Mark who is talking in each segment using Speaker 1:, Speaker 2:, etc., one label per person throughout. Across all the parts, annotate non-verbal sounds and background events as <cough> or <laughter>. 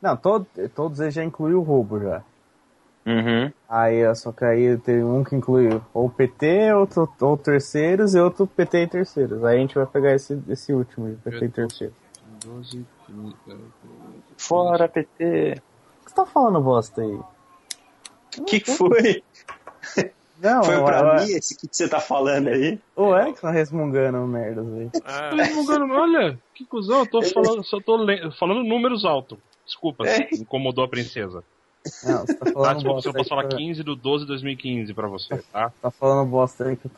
Speaker 1: Não, todo, todos eles já incluíram o roubo já.
Speaker 2: Uhum.
Speaker 1: Aí, ó, só que aí tem um que inclui ou PT, outro ou terceiros e outro PT e terceiros. Aí a gente vai pegar esse, esse último, aí, PT e terceiros.
Speaker 3: 12, 30,
Speaker 2: Fora, PT.
Speaker 1: O que você tá falando bosta aí?
Speaker 2: O que, que foi?
Speaker 1: Não,
Speaker 2: Foi pra
Speaker 1: ué,
Speaker 2: mim esse que você tá falando aí?
Speaker 1: O Erickson tá resmungando merdas aí.
Speaker 3: Ah,
Speaker 4: Tô resmungando, olha, que cuzão, eu tô falando, só tô le- falando números alto. Desculpa, se incomodou a princesa.
Speaker 1: Não, você tá
Speaker 4: Tá,
Speaker 1: falando
Speaker 4: desculpa, se
Speaker 1: bosta
Speaker 4: eu
Speaker 1: aí.
Speaker 4: posso falar
Speaker 1: que eu-
Speaker 4: 15 do 12 de 2015 pra você,
Speaker 1: <laughs>
Speaker 4: tá?
Speaker 1: Tá falando bosta aí que eu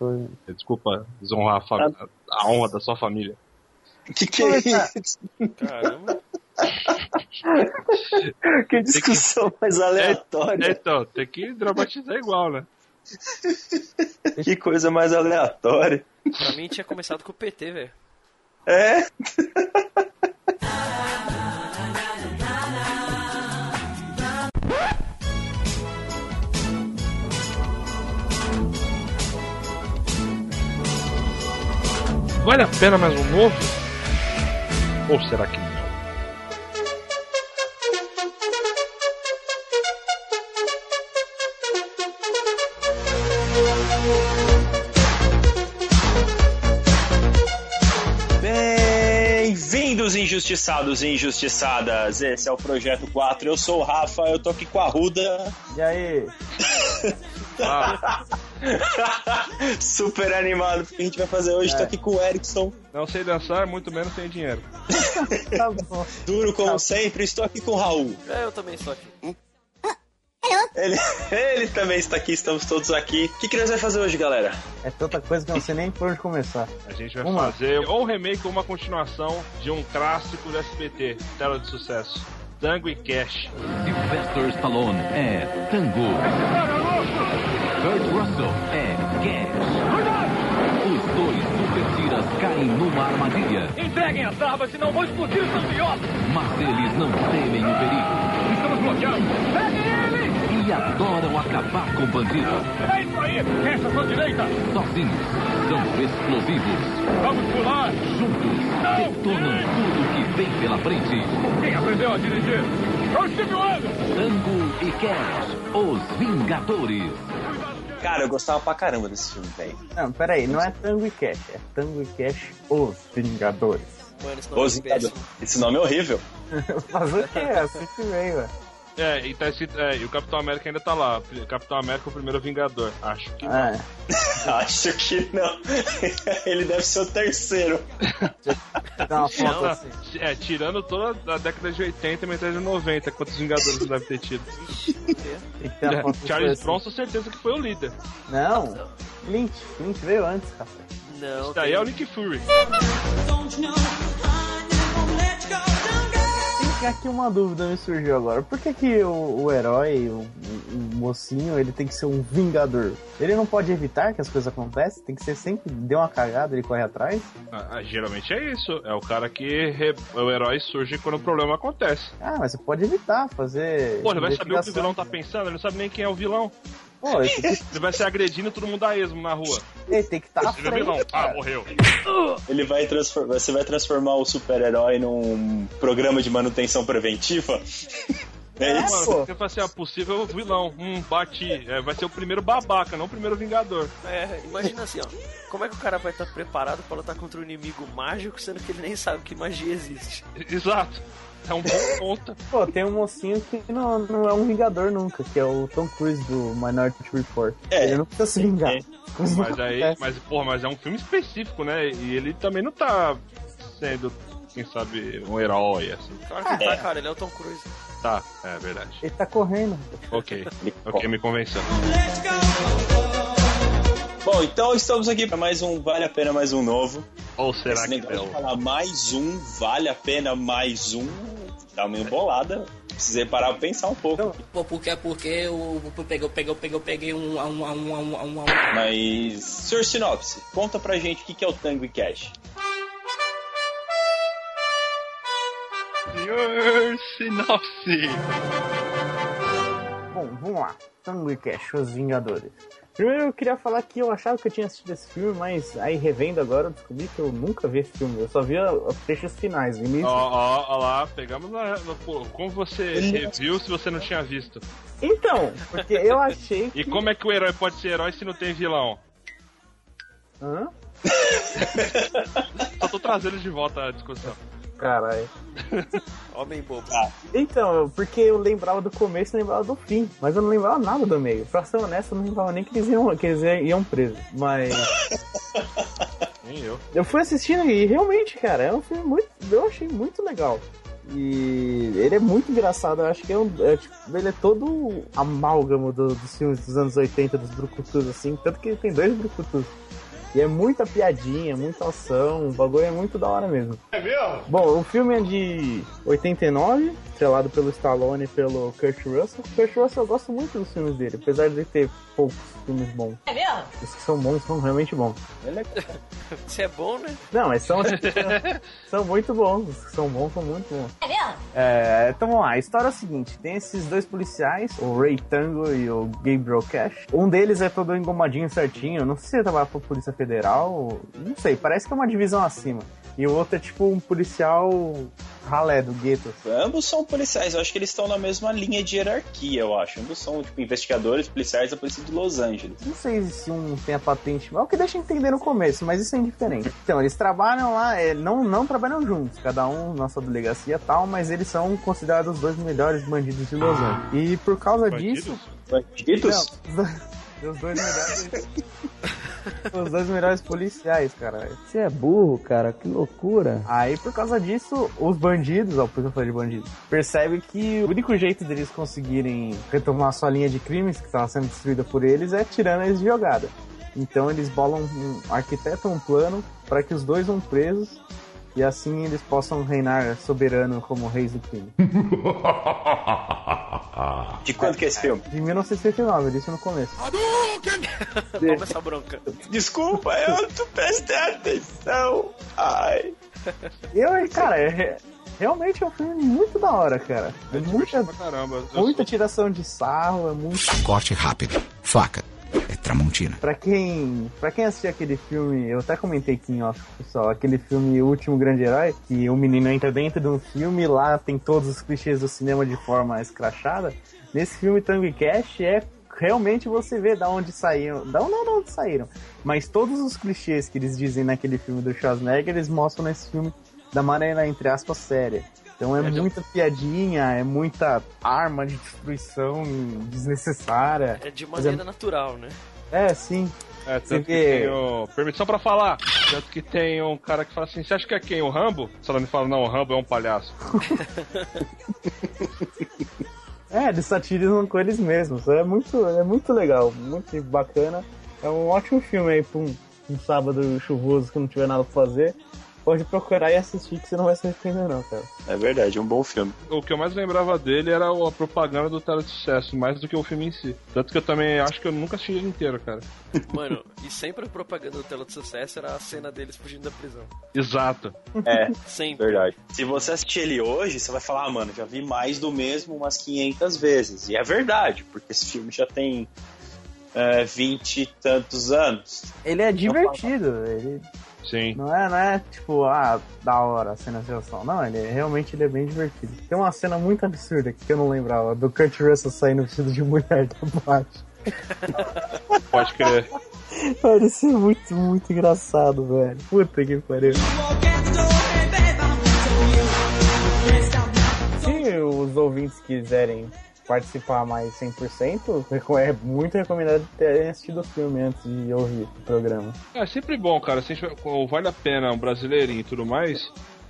Speaker 1: tô.
Speaker 4: Desculpa desonrar a, fam- a honra da sua família.
Speaker 2: Que que é isso?
Speaker 3: caramba.
Speaker 2: <laughs> Que discussão mais aleatória.
Speaker 4: Então, tem que dramatizar igual, né?
Speaker 2: Que coisa mais aleatória.
Speaker 3: Pra mim tinha começado com o PT, velho.
Speaker 2: É?
Speaker 4: Vale a pena mais um novo? Ou será que não?
Speaker 2: Bem-vindos, injustiçados e injustiçadas. Esse é o Projeto 4. Eu sou o Rafa, eu tô aqui com a Ruda.
Speaker 1: E aí?
Speaker 3: Ah,
Speaker 2: Super animado porque a gente vai fazer hoje. Tô aqui com o Erickson.
Speaker 4: Não sei dançar, muito menos tenho dinheiro.
Speaker 1: Tá bom.
Speaker 2: Duro como sempre, estou aqui com o Raul.
Speaker 3: é, eu também estou aqui.
Speaker 2: Ele, <laughs> ele também está aqui, estamos todos aqui. O que, que nós vamos fazer hoje, galera?
Speaker 1: É tanta coisa que eu não sei nem por onde começar.
Speaker 4: A gente vai
Speaker 1: Vamos lá.
Speaker 4: fazer ou um remake ou uma continuação de um clássico do SBT, tela de sucesso. Tango e Cash.
Speaker 5: Sylvester Stallone é Tango. Kurt Russell é Cash. Os dois supertiras caem numa armadilha,
Speaker 6: Entreguem as armas, senão vou explodir os campeões!
Speaker 5: mas eles não temem o perigo
Speaker 6: Estamos bloqueados! Pegue ele!
Speaker 5: e adoram acabar com bandidos.
Speaker 6: É isso aí! Essa sua direita!
Speaker 5: Sozinhos, são explosivos.
Speaker 6: Vamos pular!
Speaker 5: Juntos, detonam tudo que vem pela frente.
Speaker 6: Quem aprendeu a dirigir? É o Steve Wonder!
Speaker 5: Tango e Cash, os Vingadores.
Speaker 2: Cara, eu gostava pra caramba desse filme, velho.
Speaker 1: Não, peraí, não é Tango e Cash, é Tango e Cash os Vingadores.
Speaker 3: Mano, esse nome
Speaker 2: Os
Speaker 3: é péssimo.
Speaker 2: Vingadores. Esse nome é horrível. <laughs>
Speaker 1: Fazer o que? Assiste bem, velho.
Speaker 4: É, e, tá escrito- é, e o Capitão América ainda tá lá. O Capitão América é o primeiro Vingador, acho que.
Speaker 1: Ah,
Speaker 2: Acho que não. <laughs> Ele deve ser o terceiro.
Speaker 4: <laughs>
Speaker 1: dá uma foto
Speaker 4: Tá-
Speaker 1: assim.
Speaker 4: é, tirando toda a década de 80 e metade de 90, quantos Vingadores ele deve
Speaker 1: <laughs>
Speaker 4: ter tido.
Speaker 1: Tem que ter uma foto
Speaker 4: Charles
Speaker 1: assim.
Speaker 4: Bronson, certeza que foi o líder.
Speaker 1: Não, Flint, Flint veio antes, cara.
Speaker 3: Não,
Speaker 4: Isso daí é o
Speaker 3: tem-
Speaker 4: Nick Fury.
Speaker 1: Tem aqui é uma dúvida me surgiu agora. Por que que o, o herói, o, o mocinho, ele tem que ser um vingador? Ele não pode evitar que as coisas aconteçam? Tem que ser sempre, deu uma cagada, ele corre atrás?
Speaker 4: Ah, ah, geralmente é isso. É o cara que. re- O herói surge quando o problema acontece.
Speaker 1: Ah, mas você pode evitar, fazer...
Speaker 4: Pô, ele vai saber o que o
Speaker 1: investigação.
Speaker 4: vilão tá pensando, ele não sabe nem quem é o vilão.
Speaker 1: Pô, ele tem que-
Speaker 4: Ele vai ser agredindo todo mundo a esmo na rua.
Speaker 1: ele tem que estar tá à
Speaker 4: Você viu o vilão?
Speaker 1: frente,
Speaker 4: Ah,
Speaker 1: cara.
Speaker 4: morreu.
Speaker 2: Ele vai transformar. Você vai transformar o super-herói num programa de manutenção preventiva? <laughs> É isso?
Speaker 4: Mano,
Speaker 1: pô.
Speaker 4: você vai ser a possível vilão. Hum, bati. É, vai ser o primeiro babaca, não o primeiro vingador.
Speaker 3: É, imagina assim, ó. Como é que o cara vai estar preparado pra lutar contra um inimigo mágico, sendo que ele nem sabe que magia existe?
Speaker 4: Exato. É
Speaker 2: <laughs>
Speaker 4: um bom ponta.
Speaker 1: Pô, tem um mocinho que não, não é um vingador nunca, que é o Tom Cruise do Minority Report.
Speaker 2: É.
Speaker 1: Ele não precisa se vingar.
Speaker 2: É.
Speaker 4: Mas aí,
Speaker 1: É.
Speaker 4: mas, porra, mas é um filme específico, né? E ele também não tá sendo, quem sabe, um herói, assim.
Speaker 3: Claro que
Speaker 2: É.
Speaker 3: tá, cara, ele é o Tom Cruise.
Speaker 4: Tá, é verdade.
Speaker 1: Ele tá correndo.
Speaker 2: <laughs>
Speaker 4: Ok. Ok, me convenceu.
Speaker 2: Bom, então estamos aqui para mais um Vale a Pena Mais Um Novo.
Speaker 4: Ou será
Speaker 2: Esse
Speaker 4: que
Speaker 2: negócio
Speaker 4: não?
Speaker 2: de falar mais um, Vale a Pena Mais Um, dá uma embolada. Precisei parar pra pensar um pouco.
Speaker 1: Então-
Speaker 7: Pô, porque é porque eu eu peguei, eu peguei, eu peguei, eu peguei um, um, um, um, um, um.
Speaker 2: Mas, Sr. Sinopse, conta pra gente o que que é o Tango e Cash.
Speaker 4: Senhor Sinopse!
Speaker 1: Bom, vamos lá. Thundercast, Os Vingadores. Primeiro eu queria falar que eu achava que eu tinha assistido esse filme, mas aí revendo agora eu descobri que eu nunca vi esse filme. Eu só via os trechos finais, o início.
Speaker 4: Ó, ó, ó lá, pegamos a. Pô, como você reviu se você não tinha visto?
Speaker 1: Então, porque eu achei que...
Speaker 4: <laughs> E como é que o herói pode ser herói se não tem vilão?
Speaker 1: Hã?
Speaker 4: Só tô trazendo de volta a discussão.
Speaker 1: Caralho.
Speaker 3: Homem bobo.
Speaker 1: Então, porque eu lembrava do começo e lembrava do fim, mas eu não lembrava nada do meio. Pra ser honesto, eu não lembrava nem que eles iam, que eles iam presos. Mas
Speaker 4: Nem eu.
Speaker 1: eu fui assistindo e realmente, cara, é um filme muito. Eu achei muito legal. E ele é muito engraçado, eu acho que é um. é, tipo, ele é todo o amálgamo do- dos filmes dos anos 80, dos Brucutus, assim, tanto que ele tem dois Brucutus. E é muita piadinha, muita ação, o bagulho é muito da hora mesmo. É mesmo? Bom, o filme é de 89, estrelado pelo Stallone e pelo Kurt Russell. O Kurt Russell eu gosto muito dos filmes dele, apesar de ele ter poucos filmes bons. É mesmo? Os que são bons são realmente bons.
Speaker 3: Isso é bom, né?
Speaker 1: Não, mas são, tipo, são muito bons. Os que são bons são muito bons. É, então vamos lá. A história é a seguinte: tem esses dois policiais, o Ray Tango e o Gabriel Cash. Um deles é todo engomadinho certinho. Não sei se ele trabalha pra Polícia Federal. ou- Não sei, parece que é uma divisão acima. E o outro é tipo um policial ralé do gueto. assim.
Speaker 2: Ambos são policiais, eu acho que eles estão na mesma linha de hierarquia, eu acho. Ambos são, tipo, investigadores, policiais da polícia de Los Angeles.
Speaker 1: Não sei se um tem a patente, é o que deixa entender no começo, mas isso é indiferente. Então, eles trabalham lá, é, não, não trabalham juntos, cada um na sua delegacia e tal, mas eles são considerados os dois melhores bandidos de Los Angeles. E por causa disso.
Speaker 4: Bandidos?
Speaker 2: Bandidos?
Speaker 1: Não, os dois- <laughs> os dois melhores. os dois melhores policiais, cara.
Speaker 8: Você é burro, cara, que loucura.
Speaker 1: Aí, por causa disso, os bandidos, ó, por que eu falei de bandidos, percebem que o único jeito deles conseguirem retomar sua linha de crimes que estava sendo destruída por eles é tirando eles de jogada. Então eles bolam um arquitetam um plano para que os dois vão presos e assim eles possam reinar soberano como reis do crime.
Speaker 2: De quanto que é esse filme?
Speaker 1: De 1969, eu disse no começo.
Speaker 2: É.
Speaker 3: Toma essa bronca.
Speaker 2: Desculpa, eu não prestei atenção. Ai.
Speaker 1: Eu, cara, é- realmente é um filme muito da hora, cara. É muita,
Speaker 4: Divertido pra caramba. Eu
Speaker 1: muita tiração de sarro, é muito
Speaker 9: Corte rápido. Faca. É Tramontina.
Speaker 1: Pra quem, pra quem assistiu aquele filme, eu até comentei aqui em off, pessoal, aquele filme O Último Grande Herói, que o menino entra dentro de um filme e lá tem todos os clichês do cinema de forma escrachada. Nesse filme Tango e Cash é realmente você vê da onde saíram, da não da onde saíram, mas todos os clichês que eles dizem naquele filme do Schwarzenegger, eles mostram nesse filme da maneira entre aspas séria. Então é muita piadinha, é muita arma de destruição desnecessária.
Speaker 3: É de maneira natural, né?
Speaker 1: É, sim.
Speaker 4: sou- É,
Speaker 1: Você
Speaker 4: tanto que
Speaker 1: vê-
Speaker 4: tem o... Permissão pra falar. Tanto que tem um cara que fala assim, você acha que é quem? O Rambo? Se ela me fala, não, o Rambo é um palhaço.
Speaker 1: É, eles satirizam com eles mesmos. É muito, é muito legal, muito bacana. É um ótimo filme aí pra um, um sábado chuvoso que não tiver nada pra fazer. Pode procurar e assistir que você não vai se arrepender não, cara.
Speaker 2: É verdade, é um bom filme.
Speaker 4: O que eu mais lembrava dele era a propaganda do Tela de Sucesso, mais do que o filme em si. Tanto que eu também acho que eu nunca assisti ele inteiro, cara.
Speaker 3: Mano, e sempre a propaganda do Tela de Sucesso era a cena deles fugindo da prisão.
Speaker 4: Exato.
Speaker 2: É,
Speaker 3: Sempre.
Speaker 2: verdade. Se você assistir ele hoje, você vai falar, ah, mano, já vi mais do mesmo umas 500 vezes. E é verdade, porque esse filme já tem é, 20 e tantos anos.
Speaker 1: Ele é divertido, ele
Speaker 4: Sim.
Speaker 1: não é, não é tipo, ah, da hora a cena de ação. Não, ele é- realmente ele é bem divertido. Tem uma cena muito absurda que eu não lembrava, do Kurt Russell saindo vestido de mulher da boate.
Speaker 4: Pode crer.
Speaker 1: Cara, isso é muito, muito engraçado, velho. Puta que pariu. Se os ouvintes quiserem participar mais 100%, reco- é muito recomendado terem assistido o filme antes de ouvir o programa.
Speaker 4: É sempre bom, cara. Se a gente, vai- vale a pena um brasileirinho e tudo mais.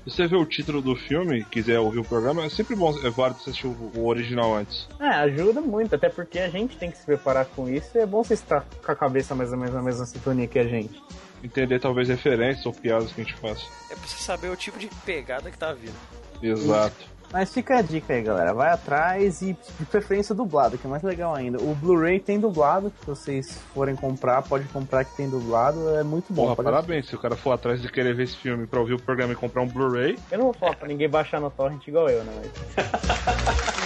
Speaker 4: Se você vê o título do filme, quiser ouvir o programa, é sempre bom, é válido você assistir o, o original antes.
Speaker 1: É, ajuda muito, até porque a gente tem que se preparar com isso e é bom você estar com a cabeça mais ou menos na mesma sintonia que a gente.
Speaker 4: Entender talvez referências ou piadas que a gente faça.
Speaker 3: É pra você saber o tipo de pegada que tá vindo.
Speaker 4: Exato.
Speaker 1: Mas fica a dica aí, galera. Vai atrás e de preferência dublado, que é mais legal ainda. O Blu-ray tem dublado, se vocês forem comprar, pode comprar que tem dublado, é muito bom.
Speaker 4: Porra,
Speaker 1: Pode-
Speaker 4: parabéns. Se o cara for atrás de querer ver esse filme pra ouvir o programa e comprar um Blu-ray,
Speaker 1: Eu não vou falar pra ninguém baixar no torrent igual eu, né? mas-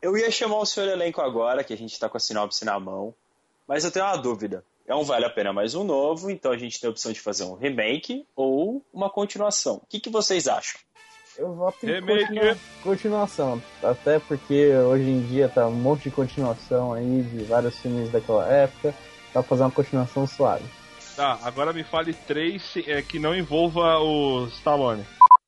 Speaker 2: Eu ia chamar o senhor elenco agora, que a gente tá com a sinopse na mão, mas eu tenho uma dúvida. É um Vale a Pena Mais Um Novo, então a gente tem a opção de fazer um remake ou uma continuação. O que, que vocês acham?
Speaker 1: Eu voto em
Speaker 4: Remake. né?
Speaker 1: continua- continuação. Até porque hoje em dia tá um monte de continuação aí de vários filmes daquela época. Dá pra fazer uma continuação suave.
Speaker 4: Tá, agora me fale três se- é, que não envolva o Stallone.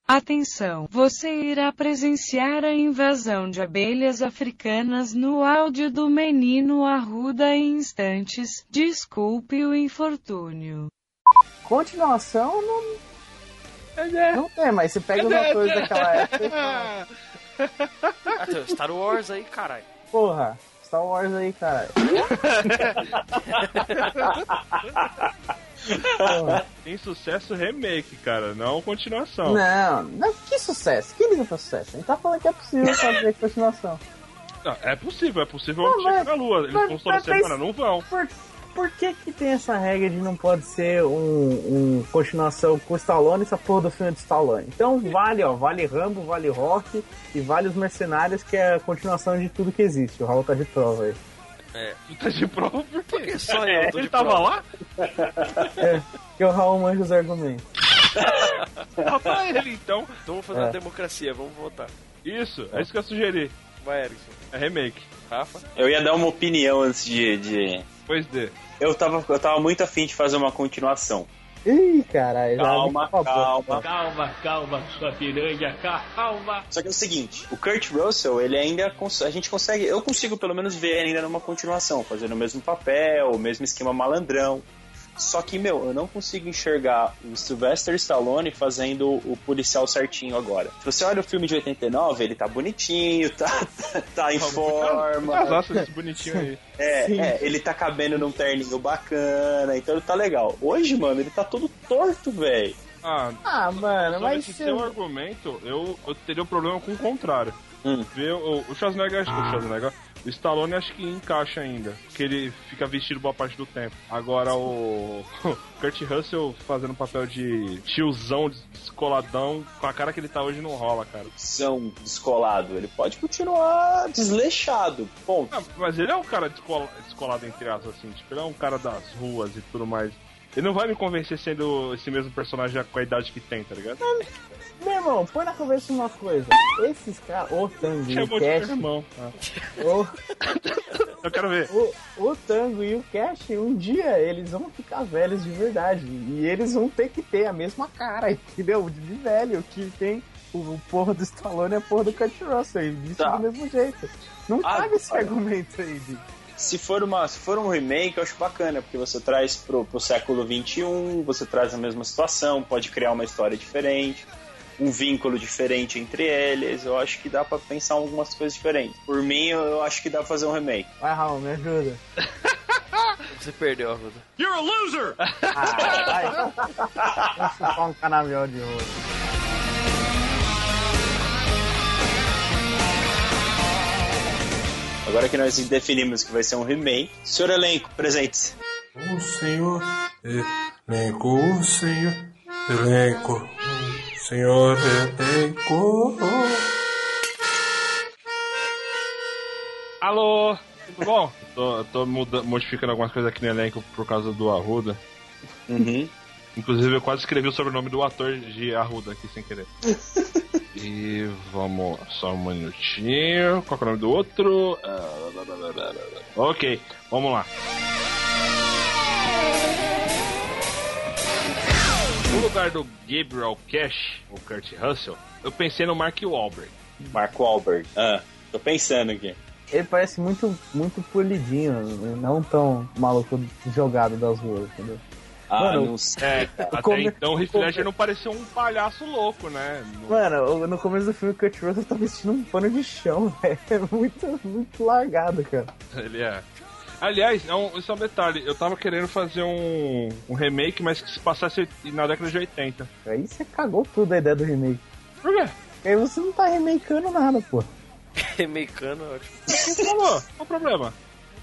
Speaker 10: Atenção, você irá presenciar a invasão de abelhas africanas no áudio do menino Arruda em instantes. Desculpe o infortúnio.
Speaker 1: Continuação não. Não tem, mas você pega os atores daquela época e fala,
Speaker 3: Ah, tem o Star Wars aí, caralho.
Speaker 1: porra, Star Wars aí, cara.
Speaker 4: Tem sucesso remake, cara, não continuação.
Speaker 1: Não, não, que sucesso, que liga pra sucesso. A gente tá falando que é possível <laughs> fazer continuação.
Speaker 4: Não, é possível, é possível
Speaker 1: Não,
Speaker 4: chegar
Speaker 1: mas-
Speaker 4: na lua. Eles
Speaker 1: mas-
Speaker 4: construíram
Speaker 1: mas-
Speaker 4: a
Speaker 1: mas-
Speaker 4: semana, não vão.
Speaker 1: Por, por que que tem essa regra de não pode ser um, um continuação com o Stallone essa porra do filme do Stallone? Então vale, ó, vale Rambo, vale Rock e vale Os Mercenários, que é a continuação de tudo que existe. O Raul tá de prova aí.
Speaker 4: Tu tá de prova por quê? <laughs>
Speaker 3: Só eu, tô de
Speaker 4: Ele tava
Speaker 3: prova.
Speaker 4: lá?
Speaker 1: Que o Raul manja os argumentos.
Speaker 4: Fala pra ele, então.
Speaker 3: Então vamos fazer
Speaker 1: É.
Speaker 3: uma democracia, vamos votar.
Speaker 4: Isso, é isso que eu sugeri.
Speaker 3: Vai, Erickson.
Speaker 4: É remake.
Speaker 3: Rafa.
Speaker 2: Eu ia dar uma opinião antes de. de-
Speaker 4: Pois D.
Speaker 2: Eu, tava, eu tava muito afim de fazer uma continuação.
Speaker 1: Ih, caralho. já
Speaker 2: Calma,
Speaker 1: me acabou.
Speaker 2: calma.
Speaker 6: Calma, calma, sua piranha, calma.
Speaker 2: Só que é o seguinte, o Kurt Russell, ele ainda cons- a gente consegue, eu consigo pelo menos ver ainda numa continuação, fazendo o mesmo papel, o mesmo esquema malandrão. Só que, meu, eu não consigo enxergar o Sylvester Stallone fazendo o policial certinho agora. Se você olha o filme de 89, ele tá bonitinho, tá, <laughs> tá, tá em forma.
Speaker 4: Casaço desse bonitinho aí.
Speaker 1: <laughs>
Speaker 2: É,
Speaker 1: Sim.
Speaker 2: é, ele tá cabendo num terninho bacana, então ele tá legal. Hoje, mano, ele tá todo torto, velho.
Speaker 4: Ah,
Speaker 1: Ah, mano,
Speaker 4: sobre
Speaker 1: mas
Speaker 4: esse
Speaker 1: se...
Speaker 4: seu argumento, eu, eu teria um problema com o contrário.
Speaker 2: Hum.
Speaker 4: Ver o, o Schwarzenegger, acho- o Schwarzenegger, o Stallone acho que encaixa ainda, que ele fica vestido boa parte do tempo. Agora o, <laughs> o Kurt Russell fazendo um papel de tiozão descoladão, com a cara que ele tá hoje não rola, cara.
Speaker 2: São descolado, ele pode continuar desleixado, ponto.
Speaker 4: Ah, mas ele é um cara descola- descolado entre aspas, assim, tipo, ele é um cara das ruas e tudo mais. Ele não vai me convencer sendo esse mesmo personagem já com a idade que tem, tá ligado?
Speaker 1: Meu irmão, põe na cabeça uma coisa. Esses caras, o Tango e o
Speaker 4: Chamou de é meu
Speaker 1: Cash,
Speaker 4: irmão. Ah,
Speaker 1: o,
Speaker 4: eu quero ver.
Speaker 1: o, o Tango e o Cash, um dia eles vão ficar velhos de verdade. E eles vão ter que ter a mesma cara, entendeu? De de velho, que tem o, o porra do Stallone e a porra do Kurt Russell. E isso
Speaker 2: Tá.
Speaker 1: do mesmo jeito. Não
Speaker 2: Ah,
Speaker 1: cabe esse
Speaker 2: cara.
Speaker 1: argumento aí, de
Speaker 2: se for, uma, se for um remake, eu acho bacana, porque você traz pro, pro século XXI, você traz a mesma situação, pode criar uma história diferente, um vínculo diferente entre eles. Eu acho que dá pra pensar algumas coisas diferentes. Por mim, eu, eu acho que dá pra fazer um remake.
Speaker 1: Vai, Raul, me ajuda.
Speaker 3: Você perdeu, Arruda.
Speaker 4: You're a loser!
Speaker 1: Ah, vai. Vou chupar um canavial de ouro.
Speaker 2: Agora que nós definimos que vai ser um remake, senhor elenco, presente.
Speaker 6: O senhor elenco, o senhor elenco, senhor elenco.
Speaker 4: Alô, tudo bom? tô tô muda- modificando algumas coisas aqui no elenco por causa do Arruda.
Speaker 2: Uhum.
Speaker 4: Inclusive, eu quase escrevi o sobrenome do ator de Arruda aqui sem <laughs> querer. e vamos lá, só um minutinho. Qual que é o nome do outro? Ah, blá, blá, blá, blá, blá, blá. Ok, vamos lá. No lugar do Gabriel Cash, o Kurt Russell, eu pensei no Mark Wahlberg.
Speaker 2: Marco Albert. Ah, tô pensando aqui.
Speaker 1: Ele parece muito, muito polidinho, né? não tão maluco jogado das ruas, entendeu?
Speaker 2: Ah,
Speaker 1: Mano,
Speaker 2: não sei.
Speaker 4: É, <laughs> até
Speaker 1: Come-
Speaker 4: então o Heath
Speaker 1: come-
Speaker 4: Ledger não pareceu um palhaço louco, né? No-
Speaker 1: Mano, o- no começo do filme, o Kurt Russell tá vestindo um pano de chão, <laughs> velho. É muito, muito largado, cara.
Speaker 4: Ele é. Aliás, é um, isso é um detalhe. Eu tava querendo fazer um, um remake, mas que se passasse na década de 80.
Speaker 1: Aí você cagou tudo a ideia do remake.
Speaker 4: Por quê?
Speaker 1: Aí você não tá remakeando nada, pô.
Speaker 3: Remecano é ótimo.
Speaker 4: Você falou, qual o problema?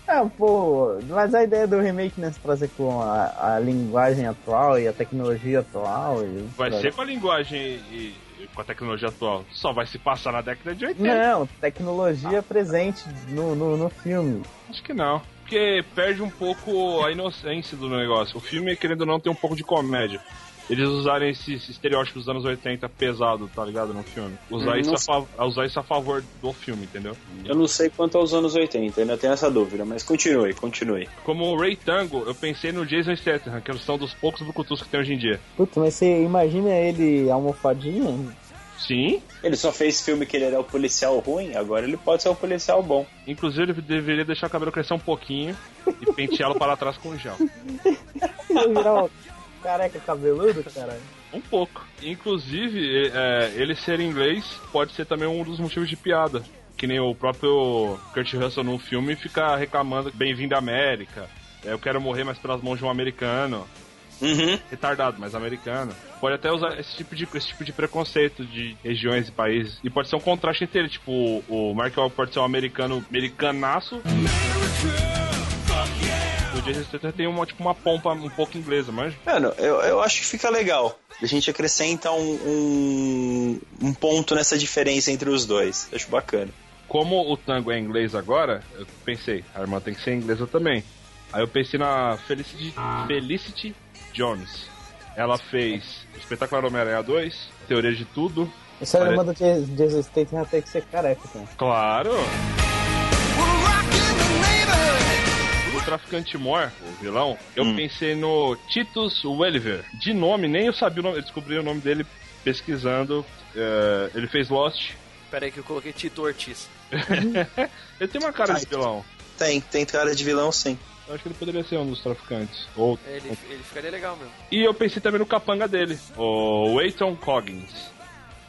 Speaker 1: É, pô, mas a ideia do remake, né, se trazer com a, a linguagem atual e a tecnologia atual. E,
Speaker 4: Vai ser com a linguagem e, com a tecnologia atual? Só vai se passar na década de 80.
Speaker 1: Não, tecnologia presente no, no, no filme.
Speaker 4: Acho que não. Porque perde um pouco a inocência do negócio. O filme, querendo ou não, tem um pouco de comédia. Eles usarem esse esse estereótipo dos anos 80 pesado, tá ligado? No filme. Usar,
Speaker 2: Hum,
Speaker 4: isso,
Speaker 2: não
Speaker 4: a fa- usar isso a favor do filme, entendeu?
Speaker 2: Eu não sei quanto aos anos 80, ainda tenho essa dúvida, mas continue, continue.
Speaker 4: Como o Ray Tango, eu pensei no Jason Statham, que são dos poucos brucutus que tem hoje em dia.
Speaker 1: Puta, mas você imagina ele almofadinha?
Speaker 4: Sim.
Speaker 2: Ele só fez filme que ele era o policial ruim, agora ele pode ser o policial bom.
Speaker 4: Inclusive, ele deveria deixar o cabelo crescer um pouquinho e penteá-lo para trás com gel.
Speaker 1: Ele virar um careca cabeludo, cara?
Speaker 4: Um pouco. Inclusive, é, ele ser inglês pode ser também um dos motivos de piada. Que nem o próprio Kurt Russell no filme fica reclamando bem-vindo à América. é, eu quero morrer, mas pelas mãos de um americano. Retardado, mas americano. Pode até usar esse tipo, de, esse tipo de preconceito de regiões e países. E pode ser um contraste inteiro. Tipo, o, o Mark Wahlberg pode ser um americano americanaço. O Jason Statham tem uma, tipo, uma pompa um pouco inglesa, mas...
Speaker 2: Mano, eu, eu acho que fica legal. A gente acrescenta um, um, um ponto nessa diferença entre os dois. Acho bacana.
Speaker 4: como o tango é inglês agora, eu pensei, a irmã tem que ser inglesa também. Aí eu pensei na Felicity, Felicity Jones. Ela fez o Espetacular Homem-Aranha 2, Teoria de Tudo.
Speaker 1: Isso era
Speaker 4: Pare-
Speaker 1: uma do Jesus- Jesus Statham até que ser careca, cara.
Speaker 4: Claro! O Traficante Mor, o vilão, eu pensei no Titus Welliver. De nome, nem eu sabia o nome, eu descobri o nome dele pesquisando. eh, ele fez Lost. <laughs>
Speaker 3: Pera aí que eu coloquei Tito Ortiz.
Speaker 4: Ele tem uma cara de vilão.
Speaker 2: Tem, tem cara de vilão sim.
Speaker 4: Eu acho que ele poderia ser um dos traficantes. Ou
Speaker 3: É, Ele, ele ficaria legal mesmo. <laughs>
Speaker 4: E eu pensei também no capanga dele, o Wayton Coggins.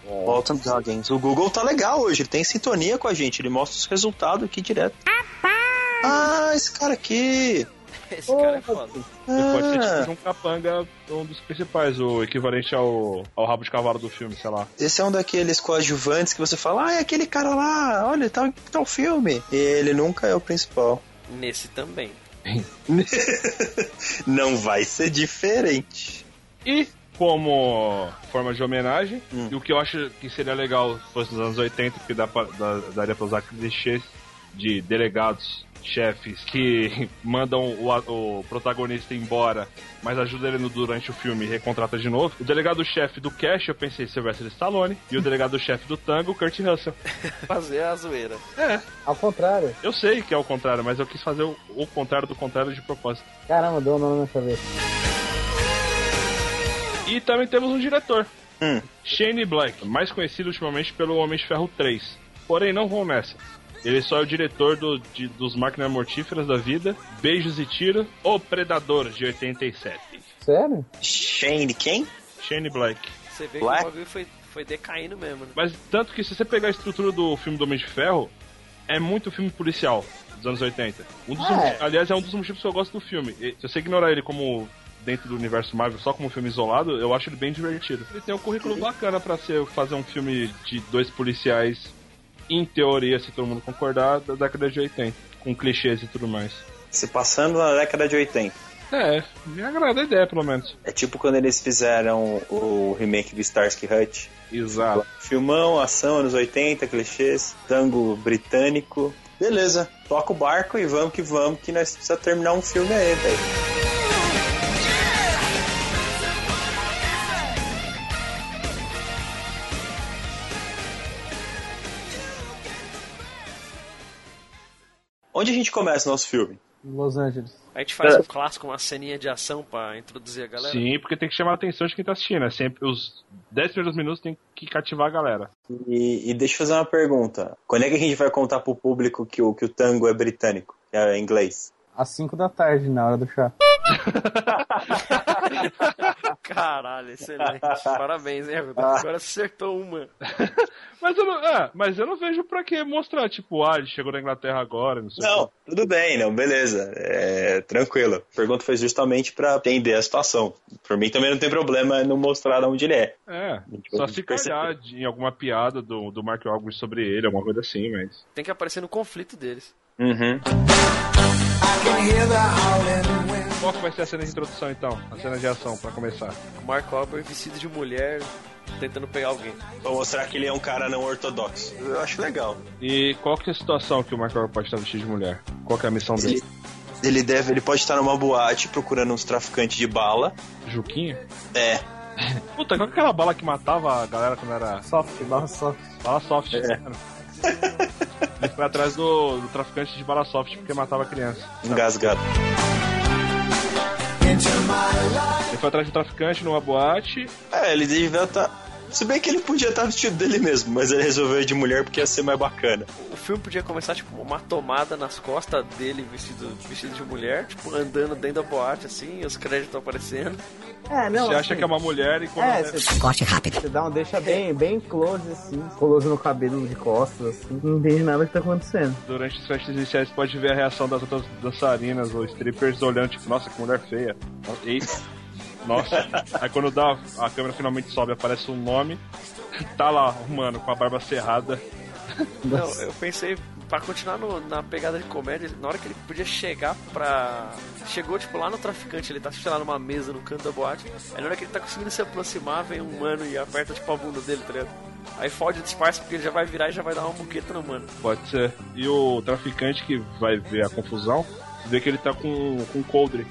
Speaker 2: Walton Goggins. O Google tá legal hoje, ele tem sintonia com a gente, ele mostra os resultados aqui direto. Ah, esse cara aqui.
Speaker 3: Esse cara é foda.
Speaker 4: Ele pode ser tipo de um capanga, um dos principais, o equivalente ao, ao rabo de cavalo do filme, sei lá.
Speaker 2: Esse é um daqueles coadjuvantes que você fala, ah, é aquele cara lá, olha, tá, tá o filme. E ele nunca é o principal. <laughs>
Speaker 3: Nesse também.
Speaker 2: Não vai ser diferente.
Speaker 4: E como forma de homenagem, e o que eu acho que seria legal fosse nos anos 80, que dá pra, dá- daria pra usar clichês de delegados, chefes, que <laughs> mandam o, a- o protagonista embora, mas ajuda ele no- durante o filme e recontrata de novo. O delegado-chefe do Cash, eu pensei Sylvester Stallone, e o delegado-chefe do Tango, Kurt Russell.
Speaker 3: Fazer a zoeira.
Speaker 4: É.
Speaker 1: Ao contrário.
Speaker 4: Eu sei que é o contrário, mas eu quis fazer o, o contrário do contrário de propósito.
Speaker 1: Caramba, deu um nome na minha cabeça.
Speaker 4: E também temos um diretor. Shane Black, mais conhecido ultimamente pelo Homem de Ferro 3. Porém, não vou nessa. Ele só é o diretor do, de- dos Máquinas Mortíferas da Vida, Beijos e Tiro, O Predador, de 87.
Speaker 1: Sério?
Speaker 2: Shane quem?
Speaker 4: Shane Black.
Speaker 3: Você vê
Speaker 4: Black?
Speaker 3: que o bagulho foi, foi decaindo mesmo, né?
Speaker 4: Mas tanto que se você pegar a estrutura do filme do Homem de Ferro, é muito filme policial dos anos 80. Um dos
Speaker 3: Ah,
Speaker 4: mo-
Speaker 3: é.
Speaker 4: Aliás, é um dos motivos que eu gosto do filme. E se você ignorar ele como dentro do universo Marvel, só como filme isolado, eu acho ele bem divertido. Ele tem um currículo bacana pra ser fazer um filme de dois policiais, em teoria, se todo mundo concordar, da década de 80, com clichês e tudo mais.
Speaker 2: Se passando na década de 80.
Speaker 4: É, me agrada a ideia, pelo menos.
Speaker 2: É tipo quando eles fizeram o remake do Starsky Hutch.
Speaker 4: Exato.
Speaker 2: Filmão, ação, anos 80, clichês, tango britânico. Beleza, toca o barco e vamos que vamos, que nós precisamos terminar um filme aí, velho. Onde a gente começa o nosso filme?
Speaker 1: Los Angeles.
Speaker 3: A gente faz
Speaker 4: É.
Speaker 3: um clássico, uma ceninha de ação pra introduzir a galera.
Speaker 4: Sim, porque tem que chamar a atenção de quem tá assistindo. É sempre os 10 primeiros minutos tem que cativar a galera.
Speaker 2: E, e deixa eu fazer uma pergunta. Quando é que a gente vai contar pro público que o, que o tango é britânico, que é inglês?
Speaker 1: Às 5 da tarde, na hora do chá.
Speaker 3: <laughs> Caralho, excelente. Parabéns, hein, Arruda? Agora você acertou uma.
Speaker 4: Mas eu não, é, mas eu não vejo pra que mostrar, tipo, ah, ele chegou na Inglaterra agora, não sei o
Speaker 2: Não, tudo bem, não, beleza. É, tranquilo. A pergunta foi justamente pra entender a situação. Por mim também não tem problema não mostrar de onde ele é.
Speaker 4: quê. É, só se calhar de- em alguma piada do, do Mark Wahlberg sobre ele, alguma coisa assim, mas...
Speaker 3: Tem que aparecer no conflito deles.
Speaker 2: Uhum.
Speaker 7: I
Speaker 4: Qual que vai ser a cena de introdução então? A cena de ação, pra começar.
Speaker 3: Mark Wahlberg vestido de mulher tentando pegar alguém.
Speaker 2: Pra mostrar que ele é um cara não ortodoxo. Eu acho legal.
Speaker 4: E qual que é a situação que o Mark Wahlberg pode estar vestido de mulher? Qual que é a missão dele?
Speaker 2: Ele deve, ele pode estar numa boate procurando uns traficantes de bala.
Speaker 4: Juquinha?
Speaker 2: É.
Speaker 4: Puta, qual que é aquela bala que matava a galera quando era...
Speaker 1: Soft, bala soft.
Speaker 4: Bala soft,
Speaker 2: É.
Speaker 4: mano. Ele foi atrás do, do traficante de bala soft porque matava criança.
Speaker 2: Engasgado.
Speaker 4: Ele foi atrás do traficante numa boate.
Speaker 2: É, ele devia estar. Se bem que ele podia estar vestido dele mesmo, mas ele resolveu ir de mulher porque ia ser mais bacana.
Speaker 3: O filme podia começar, tipo, uma tomada nas costas dele vestido, vestido de mulher, tipo, andando dentro da boate, assim, e os créditos aparecendo.
Speaker 1: É, não,
Speaker 4: Você acha
Speaker 1: assim,
Speaker 4: que é uma mulher e quando
Speaker 1: É, você-
Speaker 4: Corte
Speaker 1: rápido. Você dá um deixa bem, bem close, assim. Close no cabelo de costas, assim. Não entende nada que tá acontecendo.
Speaker 4: Durante as festas iniciais, você pode ver a reação das outras dançarinas ou strippers olhando, tipo, nossa, que mulher feia. Eita. Nossa. Aí quando dá, a câmera finalmente sobe, aparece um nome. Tá lá, um mano, com a barba cerrada.
Speaker 3: Não, eu pensei, pra continuar no- na pegada de comédia, na hora que ele podia chegar pra. Chegou, tipo, lá no traficante, ele tá, sei lá, numa mesa no canto da boate. Aí na hora que ele tá conseguindo se aproximar, vem um mano e aperta, tipo, a bunda dele, tá ligado? Aí fode o disfarce porque ele já vai virar e já vai dar uma buqueta no mano.
Speaker 4: Pode ser. E o traficante que vai ver a confusão, vê que ele tá com, com um coldre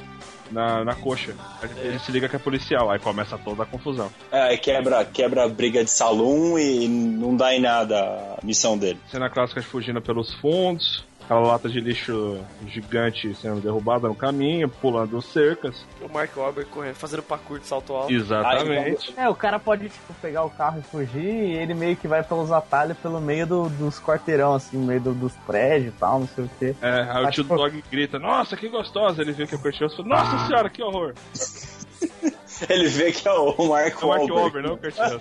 Speaker 4: na, na coxa. Aí Ele se liga que é policial, aí começa toda a confusão.
Speaker 2: É, quebra, quebra a briga de salão e não dá em nada a missão dele. <laughs>
Speaker 4: Cena clássica de fugindo pelos fundos, aquela lata de lixo gigante sendo derrubada no caminho, pulando cercas.
Speaker 3: O Mark Wahlberg correndo, fazendo parkour de salto alto.
Speaker 4: Exatamente.
Speaker 1: É, o cara pode, tipo, pegar o carro e fugir e ele meio que vai pelos atalhos pelo meio do- dos quarteirão, assim, no meio do- dos prédios e tal, não sei o quê.
Speaker 4: É, aí o tio Dog grita, nossa, que gostosa! Ele vê que é o Kurt Russell, nossa senhora, que horror!
Speaker 2: Ele vê que é o Mark
Speaker 4: É o Mark
Speaker 2: Wahlberg. <laughs>
Speaker 4: Wahlberg, não o Kurt Russell.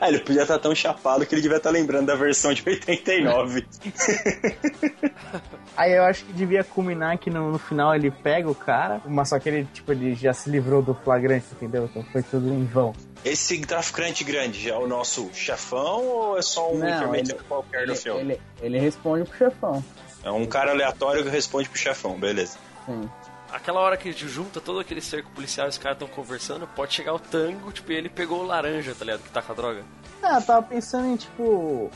Speaker 2: Ah, ele podia estar tão chapado que ele devia estar lembrando da versão de 89.
Speaker 1: Aí eu acho que devia culminar que no, no final ele pega o cara, mas só que ele, tipo, ele já se livrou do flagrante, entendeu? Então foi tudo em vão.
Speaker 2: <laughs> Esse traficante grande é o nosso chefão ou é só um
Speaker 1: Não,
Speaker 2: intermediário
Speaker 1: ele-
Speaker 2: qualquer no
Speaker 1: ele-
Speaker 2: filme?
Speaker 1: ele- Ele responde pro chefão.
Speaker 2: É um cara aleatório que responde pro chefão, beleza.
Speaker 1: Sim.
Speaker 3: Aquela hora que junta todo aquele cerco policial e os caras estão conversando, pode chegar o tango, tipo, e ele pegou o laranja, tá ligado? Que tá com a droga.
Speaker 1: Ah, eu tava pensando em, tipo.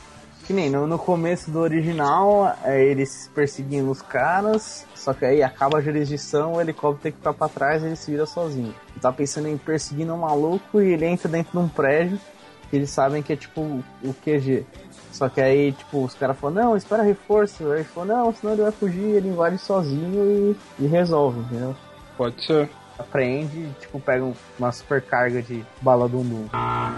Speaker 1: Que nem no, no começo do original, é eles perseguindo os caras, só que aí acaba a jurisdição, o helicóptero tem que estar pra trás e ele se vira sozinho. Eu tava pensando em perseguindo um maluco e ele entra dentro de um prédio, que eles sabem que é tipo o QG. Só que aí, tipo, os caras falam, não, espera reforço. Aí ele falou, não, senão ele vai fugir, ele invade sozinho e, e resolve, entendeu?
Speaker 4: Pode ser.
Speaker 1: Apreende, tipo, pega um- uma supercarga de bala dundum.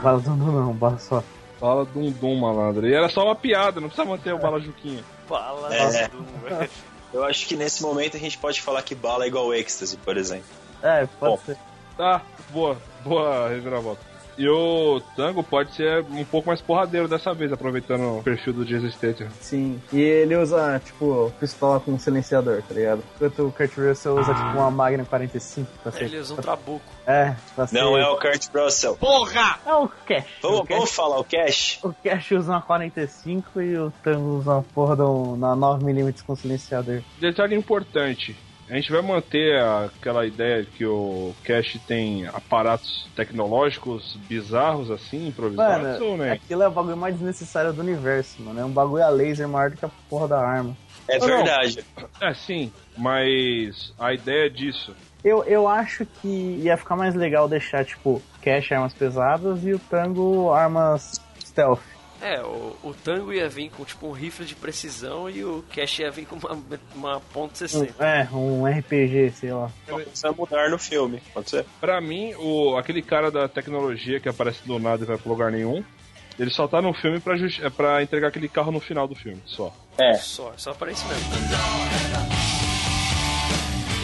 Speaker 1: Bala dundum não, bala só.
Speaker 4: Bala dum-dum, malandro. E era só uma piada, não precisa manter o Bala Juquinha.
Speaker 3: Fala,
Speaker 2: É.
Speaker 4: <laughs>
Speaker 3: do- velho.
Speaker 2: Eu acho que nesse momento a gente pode falar que bala é igual êxtase, por exemplo.
Speaker 1: É, pode
Speaker 2: Bom.
Speaker 1: ser.
Speaker 4: Tá, boa, boa reviravolta. E o Tango pode ser um pouco mais porradeiro dessa vez, aproveitando o perfil do Jesus Statham.
Speaker 1: Sim. E ele usa, tipo, pistola com silenciador, tá ligado? Enquanto o Kurt Russell usa, tipo, uma Magnum 45 pra ser...
Speaker 3: Ele usa um trabuco.
Speaker 1: É, pra ser...
Speaker 2: Não é o Kurt Russell.
Speaker 3: Porra!
Speaker 1: É o Cash. o
Speaker 2: Vamos,
Speaker 1: Cash.
Speaker 2: vamos falar o Cash?
Speaker 1: O Cash usa uma 45 e o Tango usa uma porra de um- na 9mm com silenciador.
Speaker 4: Detalhe importante. A gente vai manter a- aquela ideia que o Cash tem aparatos tecnológicos bizarros assim, improvisados, ou
Speaker 1: Mano,
Speaker 4: né?
Speaker 1: aquilo é o bagulho mais desnecessário do universo, mano. É um bagulho a laser maior do que a porra da arma.
Speaker 2: É
Speaker 4: Não, não.
Speaker 2: verdade.
Speaker 4: É, sim, mas a ideia é disso.
Speaker 1: Eu, eu acho que ia ficar mais legal deixar, tipo, Cash armas pesadas e o Tango armas stealth.
Speaker 3: É, o, o tango ia vir com tipo um rifle de precisão e o cash ia vir com uma, uma ponto
Speaker 1: Um-
Speaker 3: 60.
Speaker 1: é, um RPG, sei lá.
Speaker 2: Precisa mudar no filme, pode ser?
Speaker 4: Pra mim, o, aquele cara da tecnologia que aparece do nada e vai pra lugar nenhum, ele só tá no filme pra, justi- é pra entregar aquele carro no final do filme, só.
Speaker 2: É.
Speaker 3: Só, só pra isso mesmo.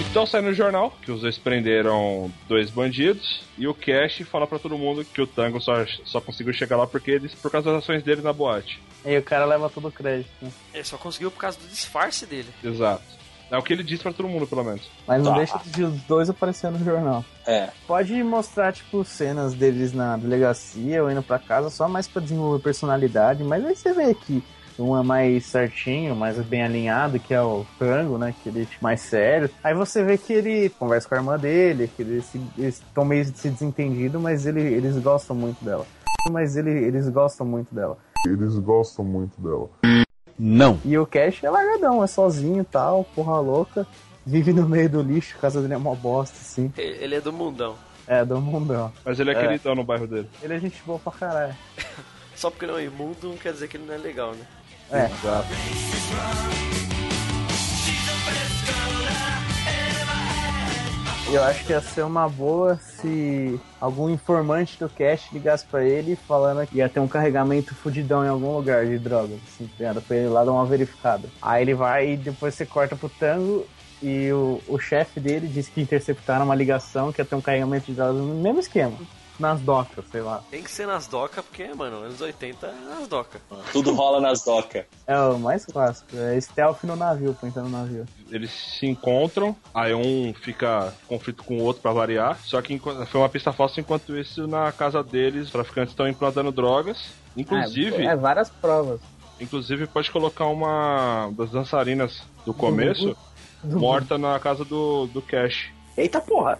Speaker 4: Então sai no jornal que os dois prenderam dois bandidos e o Cash fala pra todo mundo que o Tango só, só conseguiu chegar lá porque eles, por causa das ações dele na boate.
Speaker 1: E o cara leva todo o crédito. né?
Speaker 3: Ele só conseguiu por causa do disfarce dele.
Speaker 4: Exato. É o que ele diz pra todo mundo, pelo menos.
Speaker 1: Mas não
Speaker 2: Tá.
Speaker 1: deixa de os dois aparecer no jornal.
Speaker 2: É.
Speaker 1: Pode mostrar, tipo, cenas deles na delegacia ou indo pra casa só mais pra desenvolver personalidade, mas aí você vê que Um é mais certinho, mais bem alinhado, que é o Frango, né? Que ele é mais sério. Aí você vê que ele conversa com a irmã dele, que eles se- eles estão meio se desentendido, mas ele- eles gostam muito dela. Mas ele- eles gostam muito dela.
Speaker 11: Eles gostam muito dela.
Speaker 1: Não. E o Cash é largadão, é sozinho e tal, porra louca. Vive no meio do lixo, a casa dele é uma bosta, assim.
Speaker 3: Ele é do mundão.
Speaker 1: É, do mundão.
Speaker 4: Mas ele é,
Speaker 1: É.
Speaker 4: queridão no bairro dele.
Speaker 1: Ele é gente boa pra caralho.
Speaker 3: Só porque não é imundo não quer dizer que ele não é legal, né?
Speaker 1: É.
Speaker 4: Exato.
Speaker 1: Eu acho que ia ser uma boa se algum informante do cast ligasse pra ele falando que ia ter um carregamento fudidão em algum lugar de droga, assim, tá ligado? pra ele lá dar uma verificada. Aí ele vai e depois você corta pro tango e o, o chefe dele diz que interceptaram uma ligação que ia ter um carregamento de drogas no mesmo esquema. Nas docas, sei lá.
Speaker 3: Tem que ser nas docas, porque, mano, anos 80 é nas docas.
Speaker 2: Tudo rola nas docas.
Speaker 1: É o mais clássico. É stealth no navio, pra entrar no navio.
Speaker 4: Eles se encontram, aí um fica em conflito com o outro pra variar. Só que enqu- foi uma pista falsa, enquanto isso, na casa deles, os traficantes estão implantando drogas. Inclusive,
Speaker 1: É, é várias provas.
Speaker 4: inclusive pode colocar uma das dançarinas do começo
Speaker 1: do-
Speaker 4: morta na casa do, do Cash.
Speaker 2: Eita porra!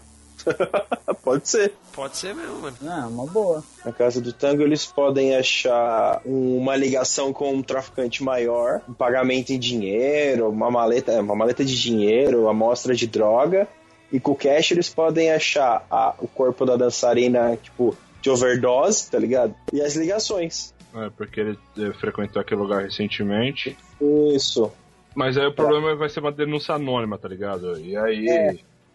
Speaker 2: <laughs> Pode ser.
Speaker 3: Pode ser mesmo, mano.
Speaker 1: Ah, uma boa.
Speaker 2: Na casa do Tango, eles podem achar uma ligação com um traficante maior, um pagamento em dinheiro, uma maleta, é, uma maleta de dinheiro, amostra de droga. E com o cash eles podem achar a- o corpo da dançarina, tipo, de overdose, tá ligado? E as ligações.
Speaker 4: É, porque ele eh, frequentou aquele lugar recentemente.
Speaker 2: Isso.
Speaker 4: Mas aí o problema vai ser uma denúncia anônima, tá ligado? E aí.